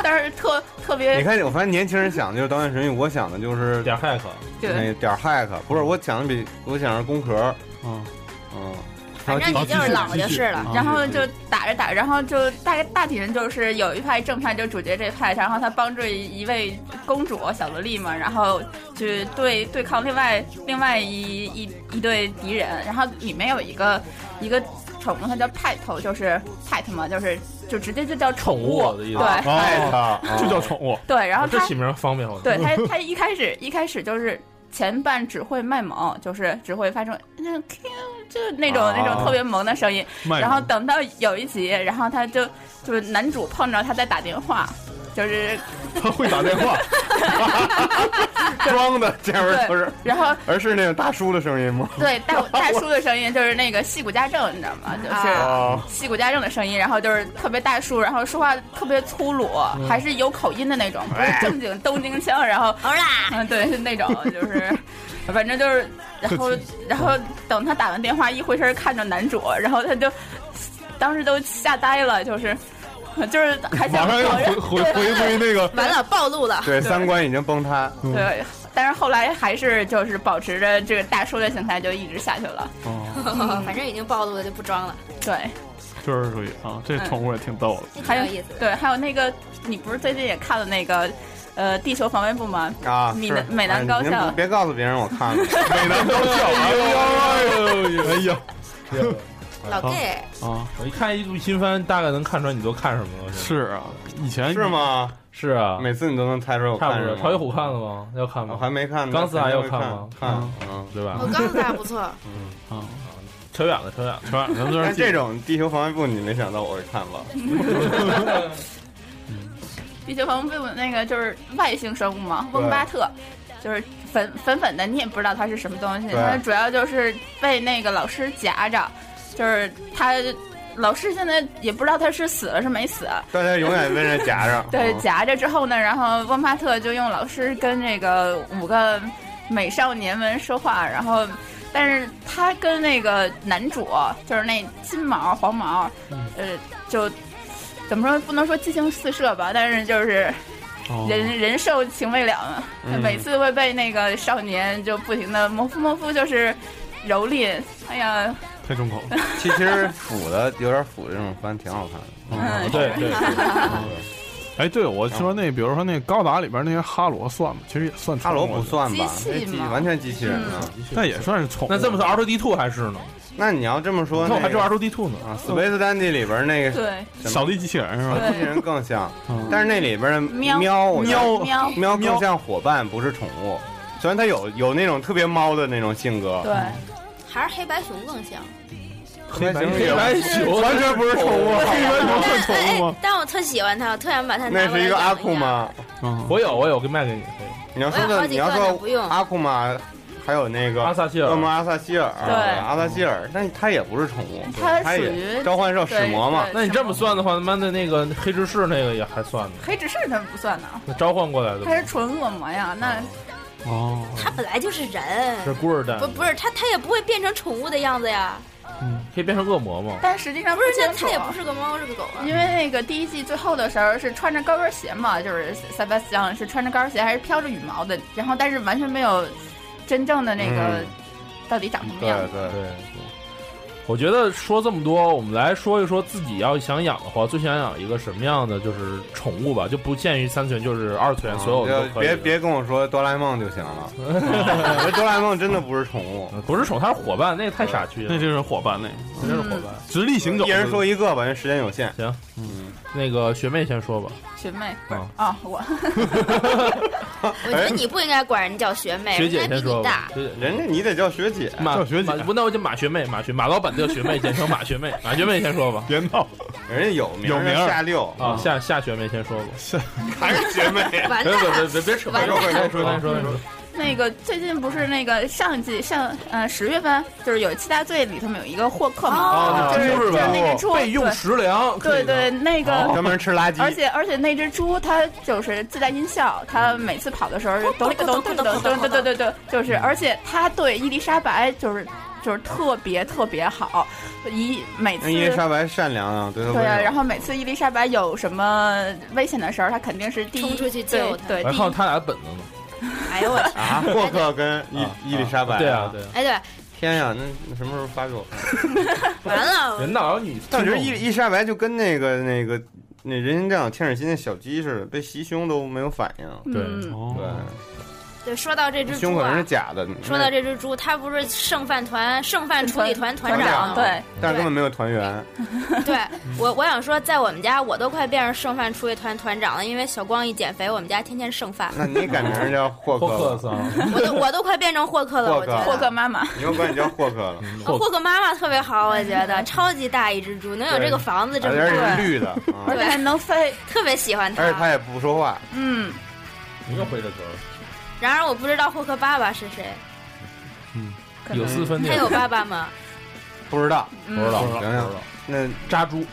但是特特
你
别
看，我发现年轻人想的就是《导演神域》，我想的就是
点 hack，
对
那点儿 hack，不是我想的比我想的是工壳，
啊，
嗯，
反正你就是老就是
哦
了。
然后就打着打着，然后就大概大体上就是有一派正派，就是主角这派，然后他帮助一位公主小萝莉嘛，然后去对对抗另外另外一一一对敌人，然后里面有一个一个宠物它叫 pet，就是 pet 嘛，就是就直接就叫宠物
宠物的意思
对，
啊
哦
哦就叫宠物。
对，然后
这
它
起名方便，我
对他，他一开始一开始就是前半只会卖萌，就是只会发出那种 Q，就是那种、那
啊
种特别萌的声音。
哎
卖萌
然后等到有一集，然后他就就是男主碰着他在打电话，就是
他会打电话，装的，这样
对
不是，
然后
而是那种大叔的声音吗？
对大大叔的声音，就是那个戏骨家政，你知道吗？
啊
就是戏骨家政的声音，然后就是特别大叔，然后说话特别粗鲁，
嗯
还是有口音的那种，不是正经东京腔，然后 嗯，对，是那种就是。反正就是，然后然后等他打完电话一回身看着男主，然后他就当时都吓呆了，就是就是还想
马上要
跑人
回回
对
回归 那个
完了暴露了，
对，三观已经崩塌。
对，但是后来还是就是保持着这个大叔的形态就一直下去了。
嗯 反正已经暴露了就不装了。
对，
哦就是属于啊，这
嗯
宠物也挺逗的。
还有
挺有意思的
对，还有那个你不是最近也看了那个呃《地球防卫部》吗？
啊，
米
是
南美
哎
男高
您
校
不别告诉别人我看 了。
美男高校，哎呦哎呦，
嗯
老 gay
啊！
我一看一部新番，大概能看出来你都看什么了。
是啊，以前
是吗？
是啊，
每次你都能猜出来我
差
看
不
什
多。
么。
朝野虎看了吗？要看吗？
还没看呢
钢丝还要看
肯定
吗
会？看嗯，
对吧
我？告诉他不错，
啊，
扯远了，扯远了，
扯远了。
但哎这种地球防卫部，你没想到我会看吧？
地球防卫部那个就是外星生物嘛，翁巴特，就是粉粉粉的，你也不知道它是什么东西。
对
它主要就是被那个老师夹着，就是他老师现在也不知道他是死了是没死。。
大家永远被这夹着
对，
哦
嗯
夹着之后呢，然后翁巴特就用老师跟这个五个美少年们说话，然后。但是他跟那个男主，就是那金毛、黄毛，
嗯
呃，就怎么说，不能说激情四射吧，但是就是
哦
哦
人人受情未了嘛，
嗯
每次会被那个少年就不停的摩夫摩夫，就是蹂躏。哎呀，
太重口了。
其实腐的有点腐这种番挺好看的。
嗯
对 对哦哎，对，我说那，比如说那高达里边那些哈罗算吗？其实也算宠
哈
物
罗不算吧？那机完全机器人
嗯
啊，
那也算是宠物。
那这么说，R 2 D 2还是呢？
那你要这么说，
那我还
是
知道 R 2 D 2呢。
啊，Space Dandy 里边那个
对
什么
扫地机器人是吧
扫地机器人更像
嗯，
但是那里边的
喵
喵哦我觉得
喵
喵
喵
更像伙伴，不是宠物。虽然它有有那种特别猫的那种性格，
对，
还是黑白熊更像。
黑白
黑白熊
完全不是 宠物，
黑白熊
算
但哎？但我特喜欢它，我特想把它拿
那
过来
是一个阿
养
库玛，
哎
嗯
我有我有，给卖给你。可以
你要说
我有
的
好几
你
个
要
呢不
说
用
阿库玛，还有那个
阿萨希尔
恶魔阿萨希尔，
对
阿萨希尔，但它也不是宠物，
它
它
属
也
于
召唤兽使魔嘛，
那你这么算的话，他妈的那个黑执事那个也还算呢，
黑执事他们不算呢，
那召唤过来的啊
他是纯恶魔呀。那
哦，
它本来就是人，
是孤儿
嗯
蛋
不，不是它它也不会变成宠物的样子呀。
可以变成恶魔吗？
但实际上
不是，
清
它
楚
它也不是个猫，是个狗
哎
啊。
因为那个第一季最后的时候是穿着高跟鞋嘛，就是塞巴斯蒂安是穿着高跟鞋，还是飘着羽毛的，然后但是完全没有真正的那个
嗯
到底长什么
对
样子。
对对。我觉得说这么多，我们来说一说自己要想养的话，最想养一个什么样的就是宠物吧，就不限于三次元，就是二次元所有的都
就
可以
啊别
的。
别跟我说哆啦 A 梦就行了，我觉得哆啦 A 梦真的不是宠物，
嗯不是宠，它是伙伴，那个太傻逼了。
那就是伙伴那
那真是伙伴。
直立行走。
一人说一个吧，因为时间有限。
行，那个学妹先说吧。
学妹不是
啊
啊，我
我觉得你不应该管人叫学
哎
妹，
学
人
姐
家比
先说
你
吧
大。。
人家你得叫学姐，
马
叫学姐
马不，那我就马学妹，马学马老板叫学妹，简称马学妹。马学妹先说吧。
别闹，
人家有名儿
有名儿
夏六
啊，夏夏学妹先说吧。
夏
还是学妹，
完
别
蛋
别
了
别别别扯，
完
别
蛋
说
了
别说别说别说。
那个最近不是那个上季上呃十月份就是有七大罪里头面有一个霍克嘛，
啊，
就是
就是
就是那只猪
备用食啊粮。可
对
以的
对，那个
专门吃垃圾，
而且而且那只猪它就是自带音效，它每次跑的时候就嗯咚咚咚咚咚咚咚咚嗯咚，就是而且它对伊丽莎白就是就是特别特别好，一每次
那。伊丽莎白善良啊，对她
对啊，
温柔
然后每次伊丽莎白有什么危险的时候，她肯定是第一
冲出去
对
救她
对，
我还看
第
到
一
他俩本子呢。
哎呦我去！
啊，霍克跟伊伊丽莎白，
对啊对啊，
哎对，
天呀，那那什么时候发给我看？
完了，
人哪有女？
但我觉得伊伊丽莎白就跟那个那个那人形电脑天使心那小鸡似的，被袭胸都没有反应。
对
嗯
对，
对，说到这只
胸
猪
可能
啊
是，假的。
说到这只猪，它不是剩饭团剩饭处理团团长
长，但是根本没有团员。
对我，我想说，在我们家，我都快变成剩饭厨艺团团长了，因为小光一减肥，我们家天天 剩饭。
那你改名儿叫霍克吧
霍克桑
我都我都快变成霍克了，
霍
我
克
觉得。
霍克
妈妈，
你又管你叫霍克了。
啊霍克妈妈特别好，我觉得超级大一只猪，能有这个房子这么
而且
大
是，绿的，啊
而且还能飞，
特别喜欢
而且
它。
他也不说话。
嗯，
你又回这歌
然而我不知道霍克爸爸是谁，
可能
有丝分
他
裂，
有嗯爸爸吗？
不知道，
不知道，嗯不
行
知道
行。，那
扎猪，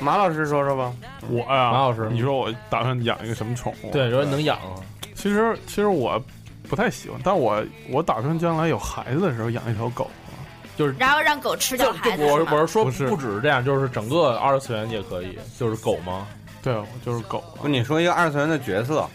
马老师说说吧，
我
马
呀，
老师
你说我打算养一个什么宠物？
对，说能养啊，
其实其实我不太喜欢，但我我打算将来有孩子的时候养一条狗。
然后让狗吃掉
就
孩子
我
是
我
吗？
是说
不是
不只是这样，就是整个二次元也可以，就是狗吗？
对，我就是狗啊。
不，你说一个二次元的角色，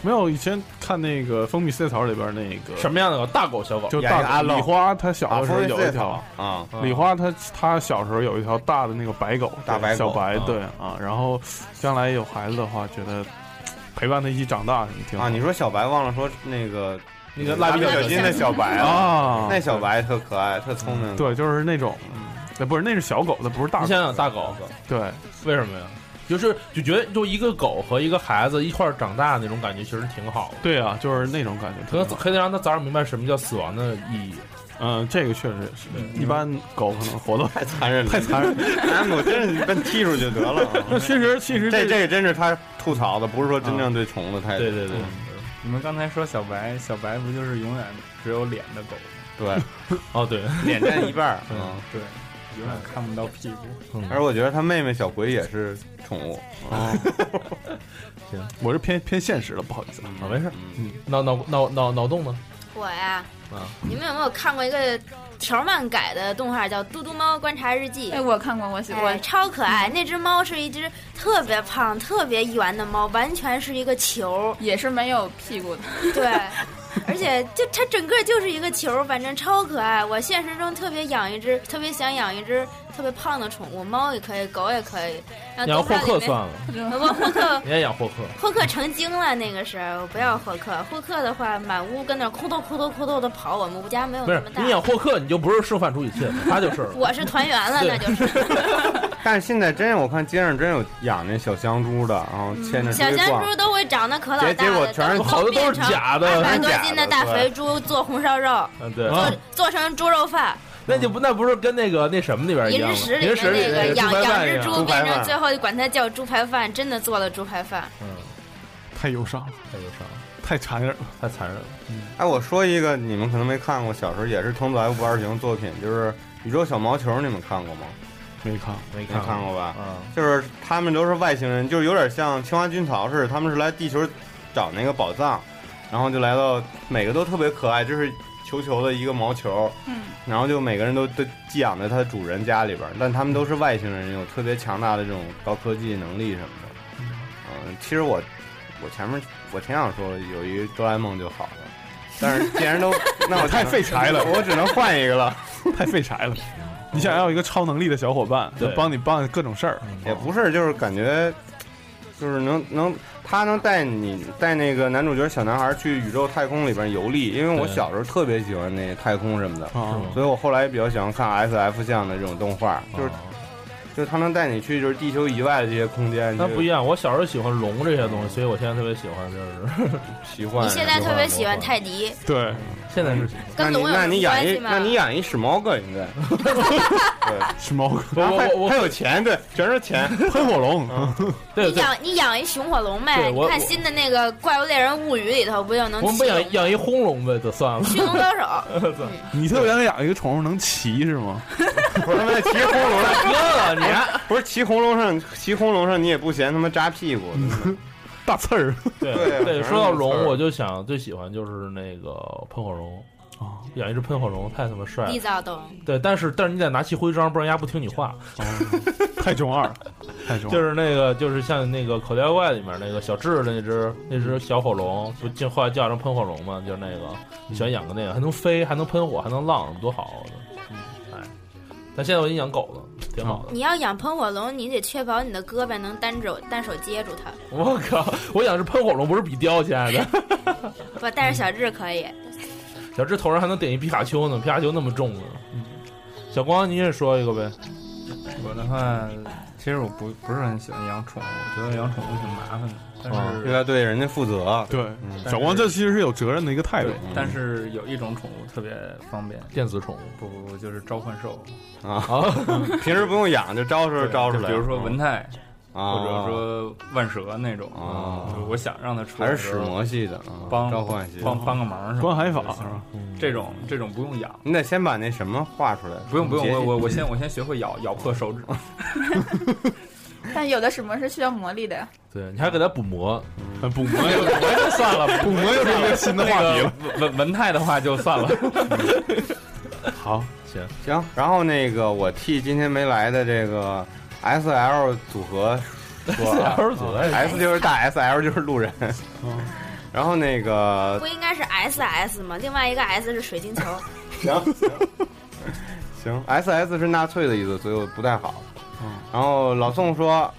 没有以前看那个《封闭四叶草》里边那个
什么样的狗？大狗、小狗？
就
养一个
大
阿
狗
漏
李花，她小
啊，
的时候
风
有一
月
条
草。啊，
李花她她小时候有一条大的那个白狗，
大白狗
小白
啊
对啊，然后将来有孩子的话，觉得陪伴她一起长大什么挺好
啊，你说小白忘了说那个
那个蜡笔
小新的小白啊，
啊，
那小白特可爱，特聪明。，
对，就是那种，嗯，不是那是小狗，那不是大
你
狗，
想想大狗
对，
为什么呀？就是就觉得就一个狗和一个孩子一块儿长大那种感觉，其实挺好的。
对啊，就是那种感觉
可
特
能可以让他早点明白什么叫死亡的意义。
嗯，这个确实也是，一般狗可能活到
太残忍了，
太 残忍。
忍了，我真是奔踢出去得了
那
啊。
其实 其实啊
这这个真是他吐槽的，不是说真正对虫子态度。
对对对，
你们刚才说小白，小白不就是永远只有脸的狗吗？
对，
哦对，
脸占一半 儿。嗯，
对，永远看不到屁股。
嗯
而我觉得他妹妹小鬼也是宠物。
我是偏偏现实的，不好意思。
啊没事。
嗯
嗯
脑脑脑脑脑洞呢？
我呀
啊，
你们有没有看过一个条漫改的动画叫《嘟嘟猫观察日记》
哎，？我看过，我喜
哎
欢，
超可
嗯
爱！那只猫是一只特别胖、特别圆的猫，完全是一个球。
也是没有屁股的，
对， 而且就它整个就是一个球，反正超可爱。我现实中特别养一只，特别想养一只特别胖的宠物，猫也可以，狗也可以。然
你
后
要
动
霍
画
克
里面，
算了，
我霍克
你也养霍克。
霍克成精了，那个是我不要霍克。霍克的话，满屋跟那儿哭通哭通哭通的跑，我们家没有
不
那
是
么大
你。养霍克，你就不是剩饭出一切，他就是了。
我是团圆了，那就是。
但是现在真我看街上真有养那小香猪的，然后牵着出
嗯小
去
香
逛
猪。都会长得可老
结
大
结果
了，
全是
好多都
变
是
成
假的
二百
都
多
是假
斤
的
的大
对
肥猪做红烧肉，
啊
嗯
啊
对，
做做成猪肉饭，
那就不那不是跟那个那什么那边一
银
样
之
吗？
石里
啊银石
面那个养
猪排
养
饭一
只
样
猪，
猪排
变成
饭
最后管它叫猪排饭，真的做了猪排饭。
嗯，
太忧伤了，
太忧伤了，
太残忍了。
太残忍了。
哎，我说一个你们可能没看过，小时候也是藤子 F 不二雄作品，就是《宇宙小毛球》，你们看过吗？
没看，
没
没看
过
过吧？
嗯
啊？
就是他们都是外星人，就是有点像青蛙军曹似的，他们是来地球找那个宝藏，然后就来到每个都特别可爱，就是球球的一个毛球，
嗯，
然后就每个人都都寄养在它的主人家里边儿，但他们都是外星人，有特别强大的这种高科技能力什么的。嗯，其实我我前面我挺想说有一个哆啦 A 梦就好了，但是既然 都那我
太废柴 了，
我只能换一个了，
太废柴了。你想要一个超能力的小伙伴，
对
能帮你办各种事儿，
也不是就是感觉就是能能他能带你带那个男主角小男孩去宇宙太空里边游历，因为我
对
小时候特别喜欢那太空什么的。
啊
吗
所以我后来也比较喜欢看 S F 向的这种动画，就是
哦
就是它能带你去就是地球以外的这些空间，
那
就
不一样，我小时候喜欢龙这些东西，所以我现在特别喜欢，就是
奇
哎
幻。啊
你现在特别喜欢泰迪，
对，
现在是喜
那
跟
你
龙有
那
什
你
么
养
关
一
系吗？
那你养一史猫哥应该，
是猫 哥，啊
欢。我
他
我我
他有钱，对，全是钱。
喷火龙，
对
你
对，
养你养一熊火龙呗？
对我
你看
我
新的那个《怪物猎人物语》里头不就能
我们不
骑龙
养
吗
养一轰龙呗，就算了。
驯龙高 手，
你特别想养一个宠物能骑是吗？
不是他妈骑红龙上，
哥了，你还
不是骑红龙上，骑红龙上你也不嫌他妈扎屁股。
嗯
大刺儿
对
对
反正
对，说到
没
龙，
刺儿
我就想最喜欢就是那个喷火龙。
啊，
养一只喷火龙太他妈帅
地
了，
藏懂。
对，但是但是你得拿起徽章，不然人家不听你话。
太中二了，太中二
就
了。
是那个，就是像那个《口袋妖怪》里面那个小智的那只那只小火龙，不进后来叫成喷火龙嘛，就是那个喜欢养个那个，还能飞，还能喷火，还能浪，多好！哎，但现在我已经养狗了，挺好的。
你要养喷火龙，你得确保你的胳膊能单手单手接住它。
我靠！我想是喷火龙，不是比雕，亲爱的。
不，但是小智可以。
嗯小智头上还能顶一皮卡丘呢，皮卡丘那么重呢。小光，你也说一个呗。
我的话，其实我不不是很喜欢养宠物，我觉得养宠物挺麻烦的。但是、
哦应该对人家负责。
对
嗯
小光这其实是有责任的一个态度嗯
对，但是有一种宠物特别方便，
电子宠物，
不不不，就是召唤兽，
啊， 平时不用养，就招出来
对
招出
就
来。
比如说文泰，
啊，
或者说万蛇那种，
啊
就是我想让它出来
还
的
是
时
使
候，
魔系的，啊
帮
召唤系的。
帮帮个忙是吧？
观海法啊
就是
吧？
这种这种不用养，
你得先把那什么画出来。
不用不用，
结
我我我先我先学会咬咬 破手指，
但有的什么是需要魔力的呀？
对，你还给它补魔，
哎补魔又算了，补魔又是一个新的话题了。
文文文泰的话就算了，
好，
行，然后那个我替今天没来的这个 S L 组合说 啊
二组哎，
，S 就是大 S L 就是路人。然后那个
不应该是 S S 吗？另外一个 S 是水晶球。
行，S S 是纳粹的意思，所以我不太好。
嗯
然后老宋说，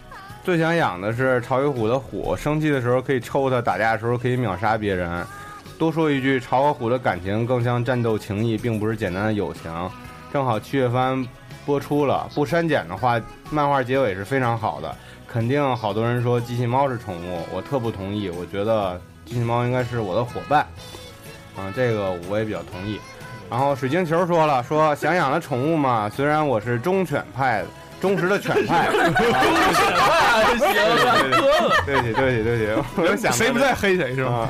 最想养的是朝与虎的虎，生气的时候可以抽它，打架的时候可以秒杀别人。多说一句，朝和虎的感情更像战斗情谊，并不是简单的友情。正好七月番播出了，不删减的话，漫画结尾是非常好的。肯定好多人说机器猫是宠物，我特不同意。我觉得机器猫应该是我的伙伴，啊，这个我也比较同意。然后水晶球说了，说想养的宠物嘛，虽然我是忠犬派，忠实的犬 派。忠犬派行，对不起，对不起，对 不起，我又想到
谁不在黑谁是吧？
啊。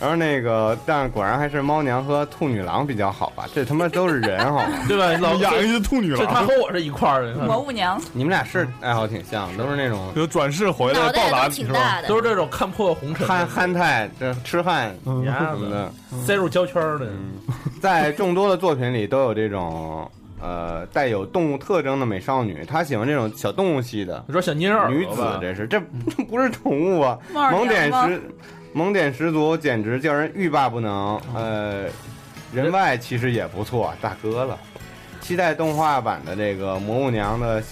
然后那个，但果然还是猫娘和兔女郎比较好吧？这他妈都是人好 吗？
对吧？老
养一只兔女
这他
郎
和，我是一块儿的，你看
魔物娘，
你们俩是爱好挺像，都是那 种
就转世回来
脑
报
袋
答
都
你
挺
是吧？
大的
都。是这种看破红尘的、
憨憨态，这痴汉
嗯
什么的。嗯
塞入胶圈儿的。
在众多的作品里都有这种呃带有动物特征的美少女，她喜欢这种小动物系的
你说小蔫儿
女子，这是这这不是宠物啊，
猫儿
萌点
娘吗？
十萌点十足，简直叫人欲罢不能。呃，人外其实也不错，大哥了。期待动画版的这个魔物娘的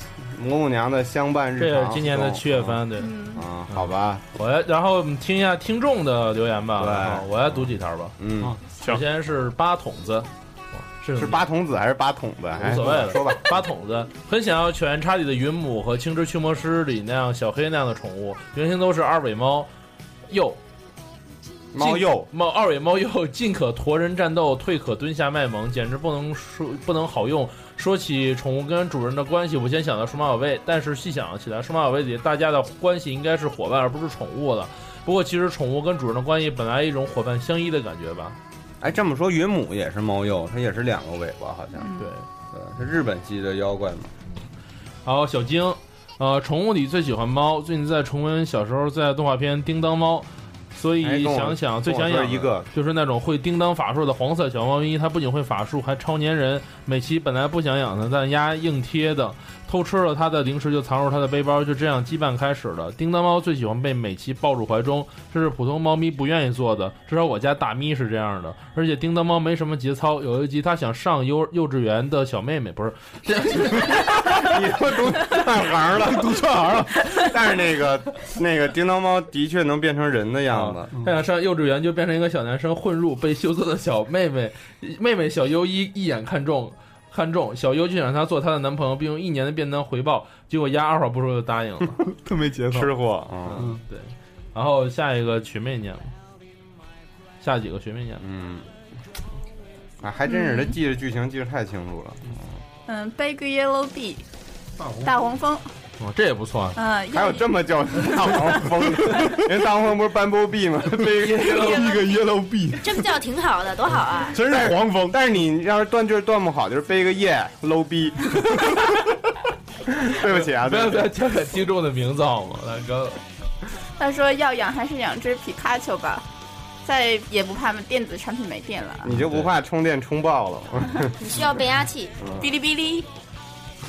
魔物娘的相伴
这
日
也
常。
是今年的七月番，对。
嗯，
啊、好吧，
我来，然后我们听一下听众的留言吧。
对
啊我来读几条吧。
嗯，
首先是八筒子，是
是八筒子还是八筒子？
无所谓
哎
了
说吧。
八筒子，很想要《犬夜叉》里的云母和《青之驱魔师》里那样小黑那样的宠物，原型都是二尾猫鼬。
猫鼬
猫二尾猫鼬进可驮人战斗，退可蹲下卖萌，简直不能说不能好用。说起宠物跟主人的关系，我先想到数码宝贝，但是细想起来，数码宝贝里大家的关系应该是伙伴而不是宠物了。不过其实宠物跟主人的关系本来一种伙伴相依的感觉吧。
哎，这么说，云母也是猫鼬，它也是两个尾巴，好像。
对，
对，是日本系的妖怪嘛。
还有小晶，呃，宠物里最喜欢猫，最近在重温小时候在动画片《叮当猫》，所
哎
以
跟我
想想最
跟我
想
说
养
一个
就是那种会叮当法术的黄色小猫咪，它不仅会法术，还超粘人。美琪本来不想养它，但丫硬贴的，偷吃了它的零食就藏入它的背包，就这样羁绊开始了。叮当猫最喜欢被美琪抱入怀中，这是普通猫咪不愿意做的，至少我家大咪是这样的。而且叮当猫没什么节操，有一集它想上幼幼稚园的小妹妹，不是
你都读串行 了，读串行了。但是那个那个叮当猫的确能变成人的样子。
他想哎上幼稚园就变成一个小男生，混入被羞涩的小妹妹， 妹妹小优一一眼看中。看中小优就想让她做她的男朋友，并用一年的便当回报，结果丫二话不说就答应了。
特没节操。
吃货，嗯
嗯，对。然后下一个学妹念吧，下几个学妹念吧。
嗯，啊，还真是他记着剧情记得太清楚了。
嗯，Big Yellow Bee，大黄蜂，
哦，这也不错啊。
嗯，
还有
要
这么叫大黄蜂的，人大黄蜂不是 Bumble Bee 吗？被一个
一个 yellow bee，
这么叫挺好的，多好啊！
真是黄蜂。
但是你要是断句儿断不好，就是背个夜 low 逼。对不起啊，
不
对
要
不起
再加改听众的名字好吗，大哥？
他说要养还是养只皮卡丘吧，再也不怕电子产品没电了。
你就不怕充电充爆了？
你需要变压器。
哔哩哔哩，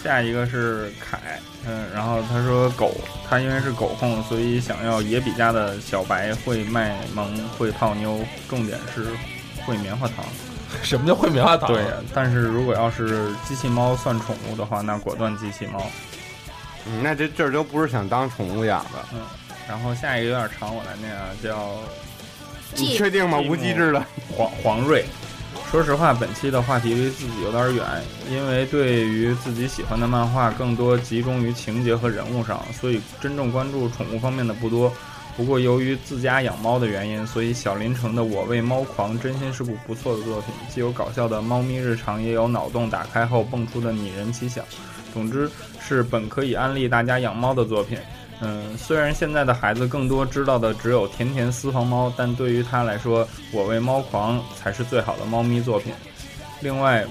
下一个是凯，嗯，然后他说狗，他因为是狗控，所以想要野比家的小白会卖萌、会泡妞，重点是会棉花糖。
什么叫会棉花糖？
对，但是如果要是机器猫算宠物的话，那果断机器猫。
嗯，那这这就不是想当宠物养的。
嗯，然后下一个有点长，我来念啊，叫
你确定吗？无机制的
黄黄瑞。说实话，本期的话题离自己有点远，因为对于自己喜欢的漫画更多集中于情节和人物上，所以真正关注宠物方面的不多。不过由于自家养猫的原因，所以小林城的《我为猫狂》真心是部不错的作品，既有搞笑的猫咪日常，也有脑洞打开后蹦出的拟人奇想。总之是本可以安利大家养猫的作品。嗯，虽然现在的孩子更多知道的只有甜甜私房猫，但对于他来说，《我为猫狂》才是最好的猫咪作品。另外，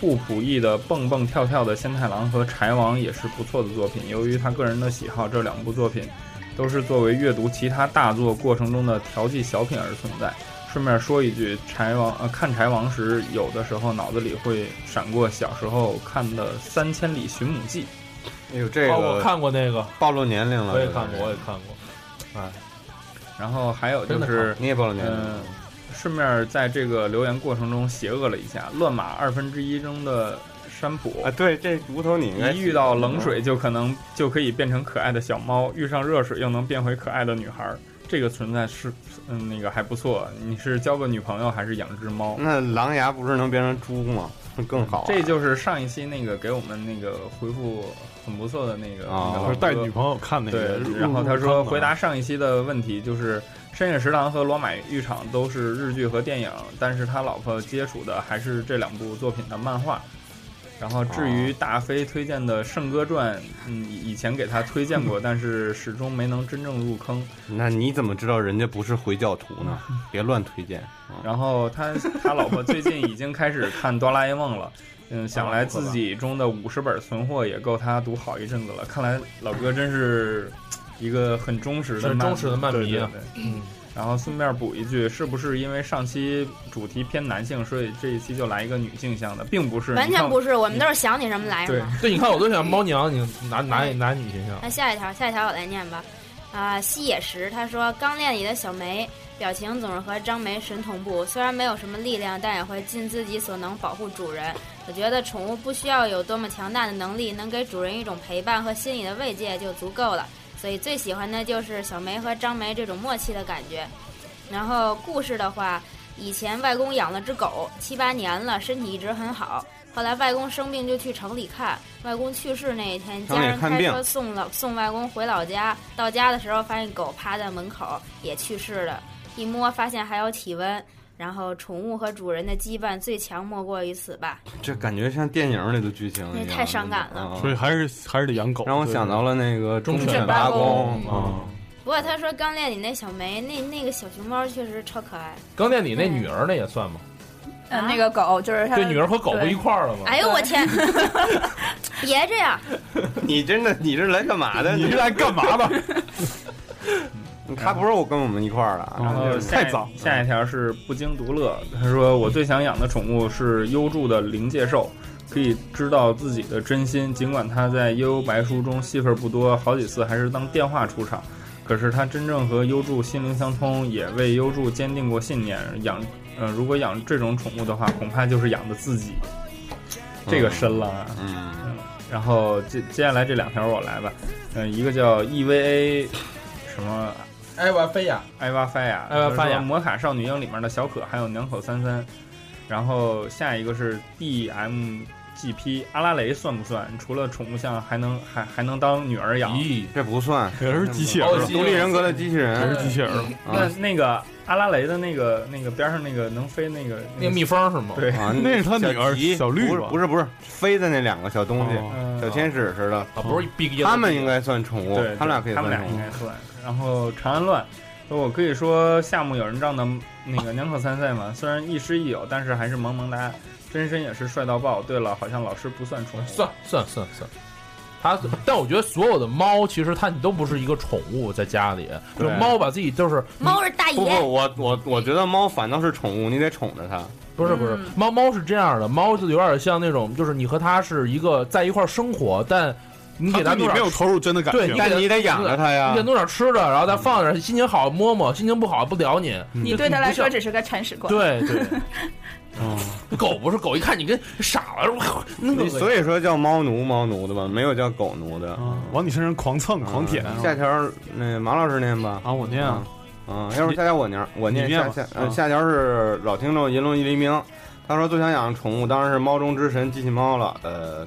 不普意的蹦蹦跳跳的仙太郎和柴王也是不错的作品。由于他个人的喜好，这两部作品都是作为阅读其他大作过程中的调剂小品而存在。顺便说一句，柴王呃，看柴王时，有的时候脑子里会闪过小时候看的《三千里寻母记》。
哎呦，这个啊
哦我看过那个，
暴露年龄了，
我也看过，我也看过。哎，
然后还有就
真的
是
你也暴露年龄了。
嗯，顺便在这个留言过程中邪恶了一下，乱码二分之一中的山普
啊，对，这无头你应该
嗯一遇到冷水就可能就可以变成可爱的小猫，遇上热水又能变回可爱的女孩儿。这个存在是，嗯，那个还不错。你是交个女朋友还是养只猫？
那狼牙不是能变成猪吗？更好啊。
这就是上一期那个给我们那个回复很不错的那个，
哦
那个
就
老
啊是带
哥
女朋友看那个
对，，然后他说回答上一期的问题就是《深夜食堂》和《罗马浴场》都是日剧和电影，但是他老婆接触的还是这两部作品的漫画。然后至
哦
于大飞推荐的《圣歌传》，嗯，以前给他推 荐过，但是始终没能真正入坑。
那你怎么知道人家不是回教徒呢？
嗯
别乱推荐。啊
然后他他老婆最近已经开始看《哆啦 A 梦》了，嗯，
哦
想来自己中的五十本存货也够他读好一阵子了。看来老哥真是一个很忠实的
是忠实的漫迷
对
啊
对对然后顺便补一句，是不是因为上期主题偏男性，所以这一期就来一个女性向的，并不是，
完全不
是。
是，我们都是想起什么来什
对
么。
对，你看我都想猫娘，你拿拿拿女形象，
那下一条，下一条我来念吧。啊，西野石他说，《钢炼》里的小梅表情总是和张梅神同步，虽然没有什么力量，但也会尽自己所能保护主人。我觉得宠物不需要有多么强大的能力，能给主人一种陪伴和心理的慰藉就足够了。所以最喜欢的就是小梅和张梅这种默契的感觉。然后故事的话，以前外公养了只狗，七八年了，身体一直很好。后来外公生病就去城里看，外公去世那一天，
城
家
里
人
看
开
病
车送老送外公回老家。到家的时候发现狗趴在门口，也去世了。一摸发现还有体温，然后宠物和主人的羁绊最强莫过于此吧。
这感觉像电影里的剧情一样。
那太伤感了
啊
所以还是还是得养狗。
让我想到了那个忠
犬八
八
公
嗯
啊，
不过他说刚练你那小梅，那那个小熊猫确实超可爱。
刚才你那女儿那也算吗？
嗯，那个狗就是它
对，女儿和狗不一块儿了吗？
哎呦我天，别这样！
你真的你是来干嘛的？
你是来干嘛的？
他不是我跟我们一块儿的
然
啊，
后呃下一
太早了
下一条是不经独乐，他说我最想养的宠物是优助的灵界兽，可以知道自己的真心，尽管它在悠悠白书中戏份不多，好几次还是当电话出场，可是它真正和优助心灵相通，也为优助坚定过信念。养，呃，如果养这种宠物的话，恐怕就是养的自己，这
嗯
个深了啊。
嗯，
然后接接下来这两条我来吧，嗯、一个叫 EVA 什么
哎，我飞呀！
艾娃发雅，
艾娃发雅
就是说魔卡少女樱里面的小可，还有两口三三。然后下一个是 DMGP 阿拉蕾算不算？除了宠物像，还能还还能当女儿养？
咦，
这不算
也是机器人
哦
儿，
独立人格的机器
也
人
是机器人儿。
那
啊
那个阿拉蕾的那个那个边上那个能飞那个
那个蜜蜂是吗？
对，
啊，
那是他女儿
小吉
小绿
不是
吧
不是不是飞的那两个小东西，
哦
嗯
小天使似的，
啊，不是 Big Yellow，
他们应该算宠物
对，，
他们俩可以
他
算
们俩
宠
应
物。
该算。然后长安乱，呃我可以说夏目友人帐的那个两口三赛嘛，虽然亦师亦友，但是还是萌萌哒。真身也是帅到爆。对了，好像老师不算宠物，
哦
算算算算。它，但我觉得所有的猫其实它你都不是一个宠物，在家里，就是
对
猫把自己就是
猫是大
不不，
爷，
我我我觉得猫反倒是宠物，你得宠着它。
不是不是，猫猫是这样的，猫就有点像那种，就是你和它是一个在一块儿生活，但你给它
他
多
对
少
你没有投入真的感
对
情
你，给它
但你得养着它呀
你给它。弄点吃的，然后再放点，心情好摸摸，心情不好不聊你。
你对它来说
这
只是个铲屎官。
对对，狗不是狗，一看你跟傻了，我那个
所以说叫猫奴猫奴的吧，没有叫狗奴的。
嗯往你身上狂蹭狂舔
啊
嗯下条那马老师念吧。
啊，我念啊。
嗯，要不下条我念，我念
你念
下
吧
下
啊
呃下条是老听众银龙一黎明，他说最想养的宠物当然是猫中之神机器猫了。呃，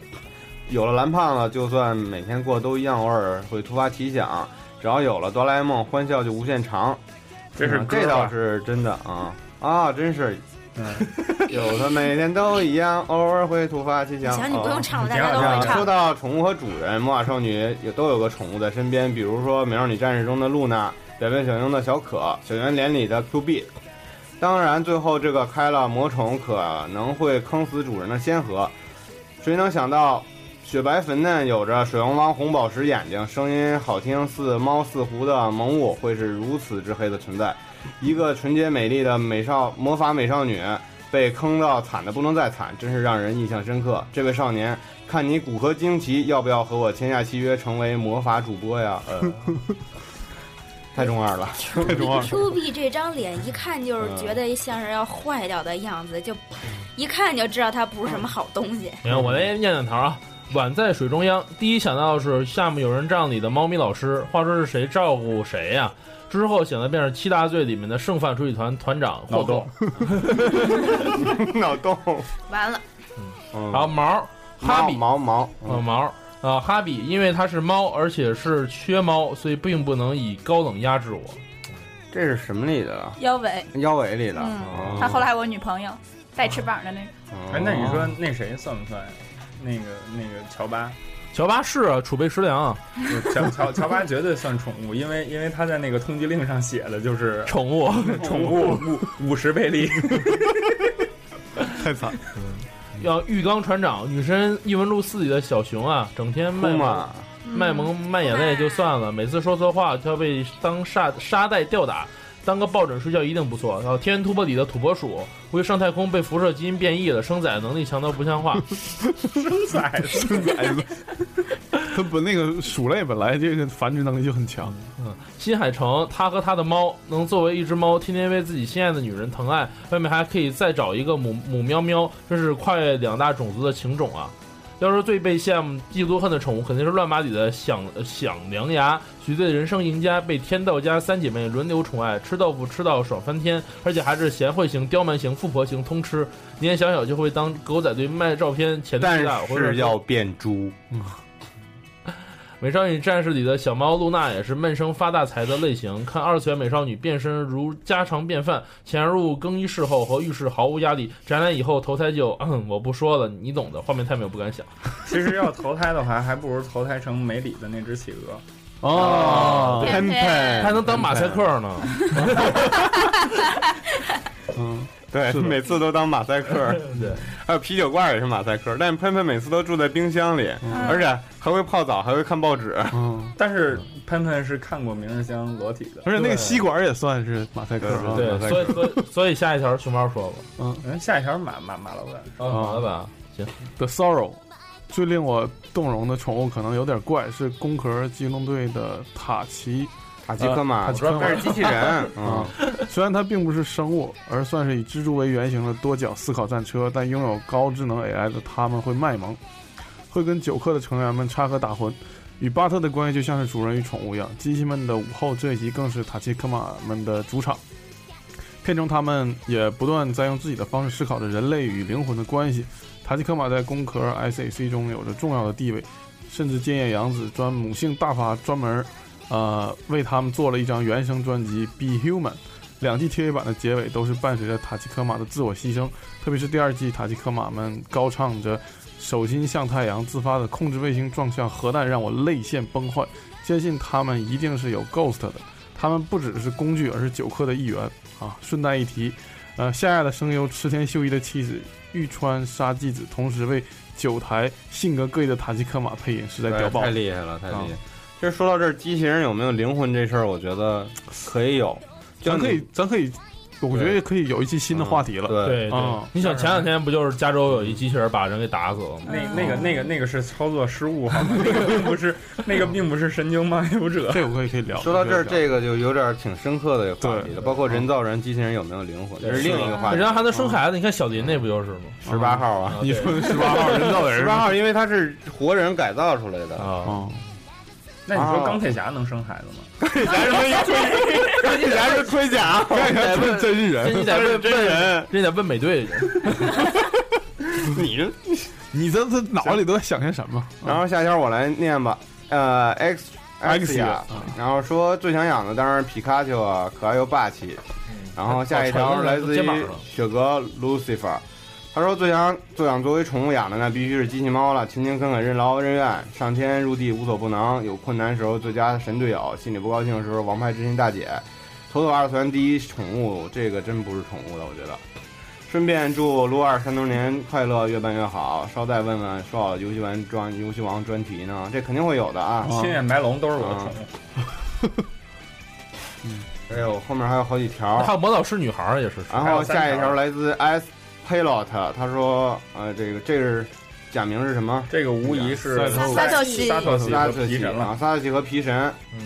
有了蓝胖子，就算每天过得都一样，偶尔会突发奇想。只要有了哆啦 A 梦，欢笑就无限长。
这是
嗯
歌
这倒
吧嗯
是真的啊啊，真是。 有的每天都一样，偶尔会突发奇想。
行你不用唱
哦
了大家都会唱
说到宠物和主人，魔法少女也都有个宠物在身边，比如说《美少女战士》中的露娜，《百变小樱》的小可，《小圆脸》里的 Q B。当然，最后这个开了魔宠可能会坑死主人的仙河。谁能想到，雪白粉嫩、有着水汪汪红宝石眼睛、声音好听似猫似狐的萌物会是如此之黑的存在？一个纯洁美丽的美少魔法美少女被坑到惨的不能再惨，真是让人印象深刻。这位少年，看你骨骼惊奇，要不要和我签下契约，成为魔法主播 呀？呃，太中二了，太中
Q B 这张脸一看就是觉得像是要坏掉的样子，就一看就知道它不是什么好东西。
你看我来念念头啊。碗在水中央，第一想到的是下面有人帐里的猫咪老师。话说是谁照顾谁呀、之后想的便是七大罪里面的剩饭处理团团长霍
洞
动，
脑洞。
完了，
嗯
然后毛哈比
毛毛
呃毛啊哈比，因为它是猫，而且是缺猫，所以并不能以高冷压制我。
这是什么里的？
腰围，
腰围里的。哦
嗯，他后来还有我女朋友，带翅膀的那个，
哎，那你
哦
说那谁算不算呀？那个那个乔巴，
乔巴是啊，储备食粮啊，
就乔乔乔巴绝对算宠物，因为因为他在那个通缉令上写 的就是
宠物
宠物五五十倍力，
嗯
太惨。
要浴缸船长，女神异闻录四里的小熊啊，整天卖
哭
萌
嘛
卖萌卖眼泪就算了，每次说错话就要被当沙沙袋吊打，当个抱枕睡觉一定不错。然后《天元突破》里的土拨鼠会上太空被辐射基因变异了，生崽能力强到不像话。
生崽子，
它本那个鼠类本来这个繁殖能力就很强，
新海诚，他和他的猫能作为一只猫，天天为自己心爱的女人疼爱，外面还可以再找一个母母喵喵，真是跨越两大种族的情种啊！要说最被羡慕、嫉妒、恨的宠物，肯定是乱马里的响呃响良牙，绝对人生赢家，被天道家三姐妹轮流宠爱，吃豆腐吃到爽翻天，而且还是贤惠型、刁蛮型、富婆型，通吃。年小小就会当狗仔队卖照片，潜力巨大，
但
或者
是要变猪，
《美少女战士》里的小猫露娜也是闷声发大财的类型，看二次元美少女变身如家常便饭，潜入更衣室后和浴室毫无压力，宅男以后投胎就， 嗯，我不说了，你懂的，画面太美我不敢想。
其实要投胎的话，还不如投胎成没理的那只企鹅。
哦
偏偏
还能当马赛克呢，
嗯，
对，
是的
每次都当马赛克。
对，
还有啤酒罐也是马赛克，但是喷喷每次都住在冰箱里，而且还会泡澡，还会看报纸。
嗯，
但是喷喷是看过《明日香》裸体的。
而且那个吸管也算是马赛克啊，
对，所以所以所以下一条熊猫说吧，
嗯，下一条马马马老板，
啊，好了吧，行，
The Sorrow，最令我动容的宠物可能有点怪，是工壳机动队的塔奇。
塔吉克
啊
马，
塔吉克马
那是机器人。
啊
嗯，，
虽然它并不是生物，而算是以蜘蛛为原型的多角思考战车，但拥有高智能 AI 的它们会卖萌，会跟九克的成员们插科打诨。与巴特的关系就像是主人与宠物一样。机器们的午后这一集更是塔奇克马们的主场。片中他们也不断在用自己的方式思考着人类与灵魂的关系。塔奇克马在工壳 SAC 中有着重要的地位，甚至建业洋子专母性大发专门呃，为他们做了一张原声专辑《Be Human》，两季 TV 版的结尾都是伴随着塔奇科马的自我牺牲，特别是第二季，塔奇科马们高唱着“手心向太阳”，自发的控制卫星撞向核弹，让我泪腺崩坏。坚信他们一定是有 Ghost 的，他们不只是工具，而是九克的一员啊！顺带一提，呃，夏亚的声优池田秀一的妻子玉川沙纪子，同时为九台性格各异的塔奇科马配音，实在屌爆
太
了！
厉害了，太厉害！嗯其实说到这儿，机器人有没有灵魂这事儿，我觉得可以有。就
咱
你嗯
可以，咱可以我觉得可以有一期新的话题了。
对
啊，
你想前两天不就是加州有一机器人把人给打死了吗？
那那个那个那个是操作失误好吗？那个并不是那个并不是神经漫游者。
这我可以可以聊。
说到这儿，这个就有点挺深刻的话题了，包括
嗯
人造人、机器人有没有灵魂，这是另一个话题。
人家还能生孩子，你看小林那不就是吗？
十八号啊，
嗯
你说十八号嗯哦人造人
十八号，因为它是活人改造出来的。
啊，
啊，
那你
啊
说钢铁侠能生孩子吗？
咱 他妈一盔，看起来是盔甲，啊看起来是真
这你
人。
得问
真
问，
人，
这你得问美队去。
你这
你这这脑子里都在想些什么？
然后下条我来念吧，呃，X
嗯 X
呀，嗯然后说最想养的当然是皮卡丘啊，可爱又霸气。然后下一条来自于雪哥 Lucifer，他说最想最想作为宠物养的那必须是机器猫了，勤勤恳恳、任劳任怨，上天入地无所不能，有困难时候最佳神队友，心里不高兴的时候王牌知心大姐，头头二次元第一宠物，这个真不是宠物了，我觉得。顺便祝撸二三周年快乐，越办越好。捎带问问，说好游戏王专游戏王专题呢？这肯定会有的啊。
啊
青眼白龙都是我的宠物。
还有哎后面还有好几条
还。有魔导师女孩儿也是，
然后下一条来自 S Pilot，他说，呃，这个这是假名是什么？
这个无疑是
萨特西
萨特西
萨
和
特
皮
奇
神了。
啊，萨特奇和皮神，
嗯，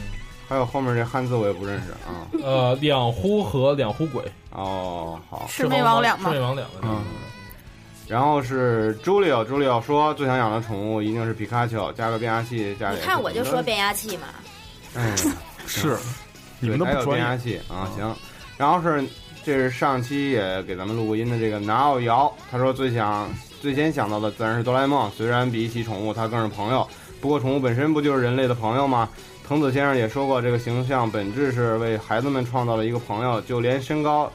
还有后面这汉字我也不认识啊。
呃，两呼和两呼鬼，
哦，好。
魑魅魍魉
魑
嘛
魅，魍魉的那个
嗯，
然后是 Julio，Julio 说最想养的宠物一定是皮卡丘，加个变压器，加
你
点。
看我就说，变压器嘛，
哎。
是，你
对，
们都
还
不
有
专
变
业
压。器啊，行。然后是这是上期也给咱们录过音的这个南奥瑶，他说最想最先想到的自然是哆啦 A 梦，虽然比起宠物，它更是朋友。不过宠物本身不就是人类的朋友吗？藤子先生也说过，这个形象本质是为孩子们创造了一个朋友，就连身高。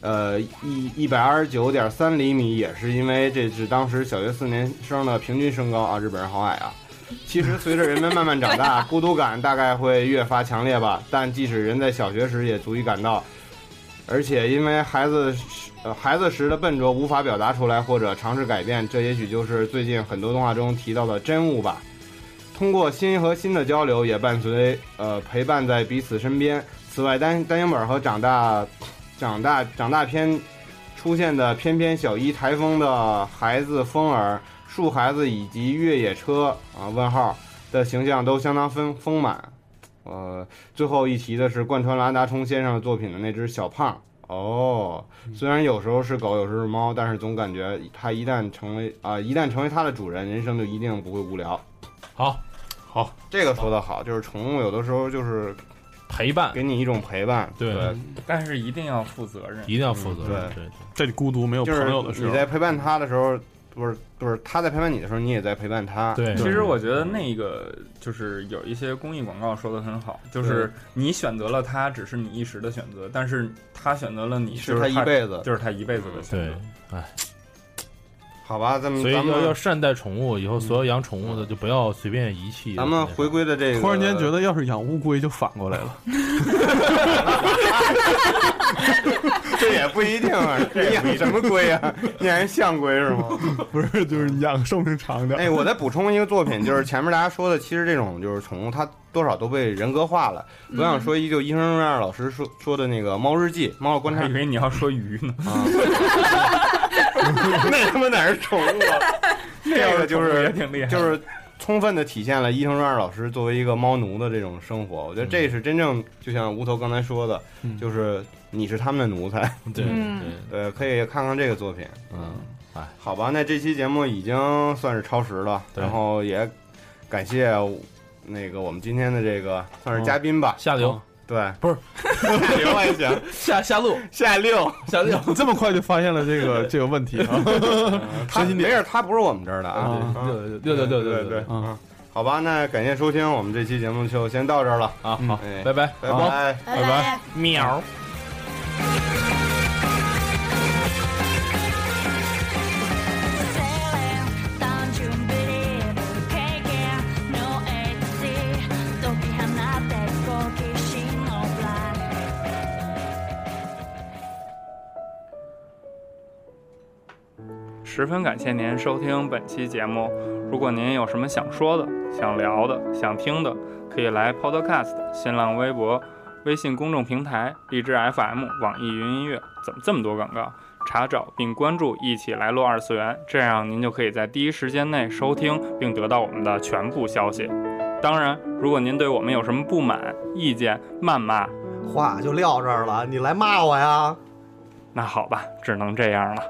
呃，一一百二十九点三厘米，也是因为这是当时小学四年生的平均身高啊。日本人好矮啊！其实随着人们慢慢长大，孤独感大概会越发强烈吧。但即使人在小学时也足以感到，而且因为孩子时呃孩子时的笨拙无法表达出来或者尝试改变，这也许就是最近很多动画中提到的真悟吧。通过心和心的交流，也伴随呃陪伴在彼此身边。此外，单单行本和长大长大长大篇出现的翩翩小一台风的孩子风儿。树孩子以及越野车啊问号的形象都相当丰丰满。呃，最后一提的是贯穿兰达充先生作品的那只小胖哦，
嗯
虽然有时候是狗，有时候是猫，但是总感觉它一旦成为啊、一旦成为它的主人，人生就一定不会无聊。
好，
这个说的好，就是宠物有的时候就是
陪伴
给你一种陪伴，
对
但是一定要负责任。
一定要负责任，对，
在你孤独没有
就
朋
是
友的时
你
候，
在陪伴它的时候，不是不是它在陪伴你的时候，你也在陪伴它。
对
其实我觉得那个就是有一些公益广告说的很好，就是你选择了他，只是你一时的选择，但是他选择了你，就是
它一辈子，
就是他一辈子的选
对
择。，
好吧，咱们
所以
嗯咱
要
们
要善待宠物，以后所有养宠物的就不要随便遗弃。
咱们回归的这个，
突然间觉得要是养乌龟就反过来了。
这也不一定 啊，你养什么龟 啊？你养象龟是吗？
不是，就是你养寿命长点。
哎，我再补充一个作品，就是前面大家说的，其实这种就是宠物，它多少都被人格化了。我想说一，就医生院老师说说的那个《猫日记》，猫的观
我
察
还以为你要说鱼呢，
啊 那他妈哪是宠物啊？这个就
这
是
也挺厉害的，
就是充分的体现了伊藤润二老师作为一个猫奴的这种生活。我觉得这是真正就像无头刚才说的，
嗯
就是你是他们的奴才。
对
嗯
对，
对，呃可以看看这个作品。
嗯，哎，
好吧，那这期节目已经算是超时了，
对
然后也感谢那个我们今天的这个算是嘉宾吧，
下流
对，
嗯 不是
下流也行，
下下路
下六，
下六，
这么快就发现了这个这个问题啊？
嗯
他没事，他不是我们这儿的啊，啊
对六六六六
对
六
对
啊
六，，
嗯好吧，那感谢收听，我们这期节目就先到这儿了，
啊，好
哎，
拜拜，
拜拜。
拜拜。
喵。
Don't you believe taking no ecstasy 解き放って好奇心のフライ
十分感谢您收听本期节目。如果您有什么想说的、想聊的、想听的，可以来 Podcast、新浪微博、微信公众平台、荔枝 FM、网易云音乐，怎么这么多广告？查找并关注“一起来录二次元”，这样您就可以在第一时间内收听并得到我们的全部消息。当然，如果您对我们有什么不满、意见、谩骂，
话就撂这儿了，你来骂我呀？
那好吧，只能这样了。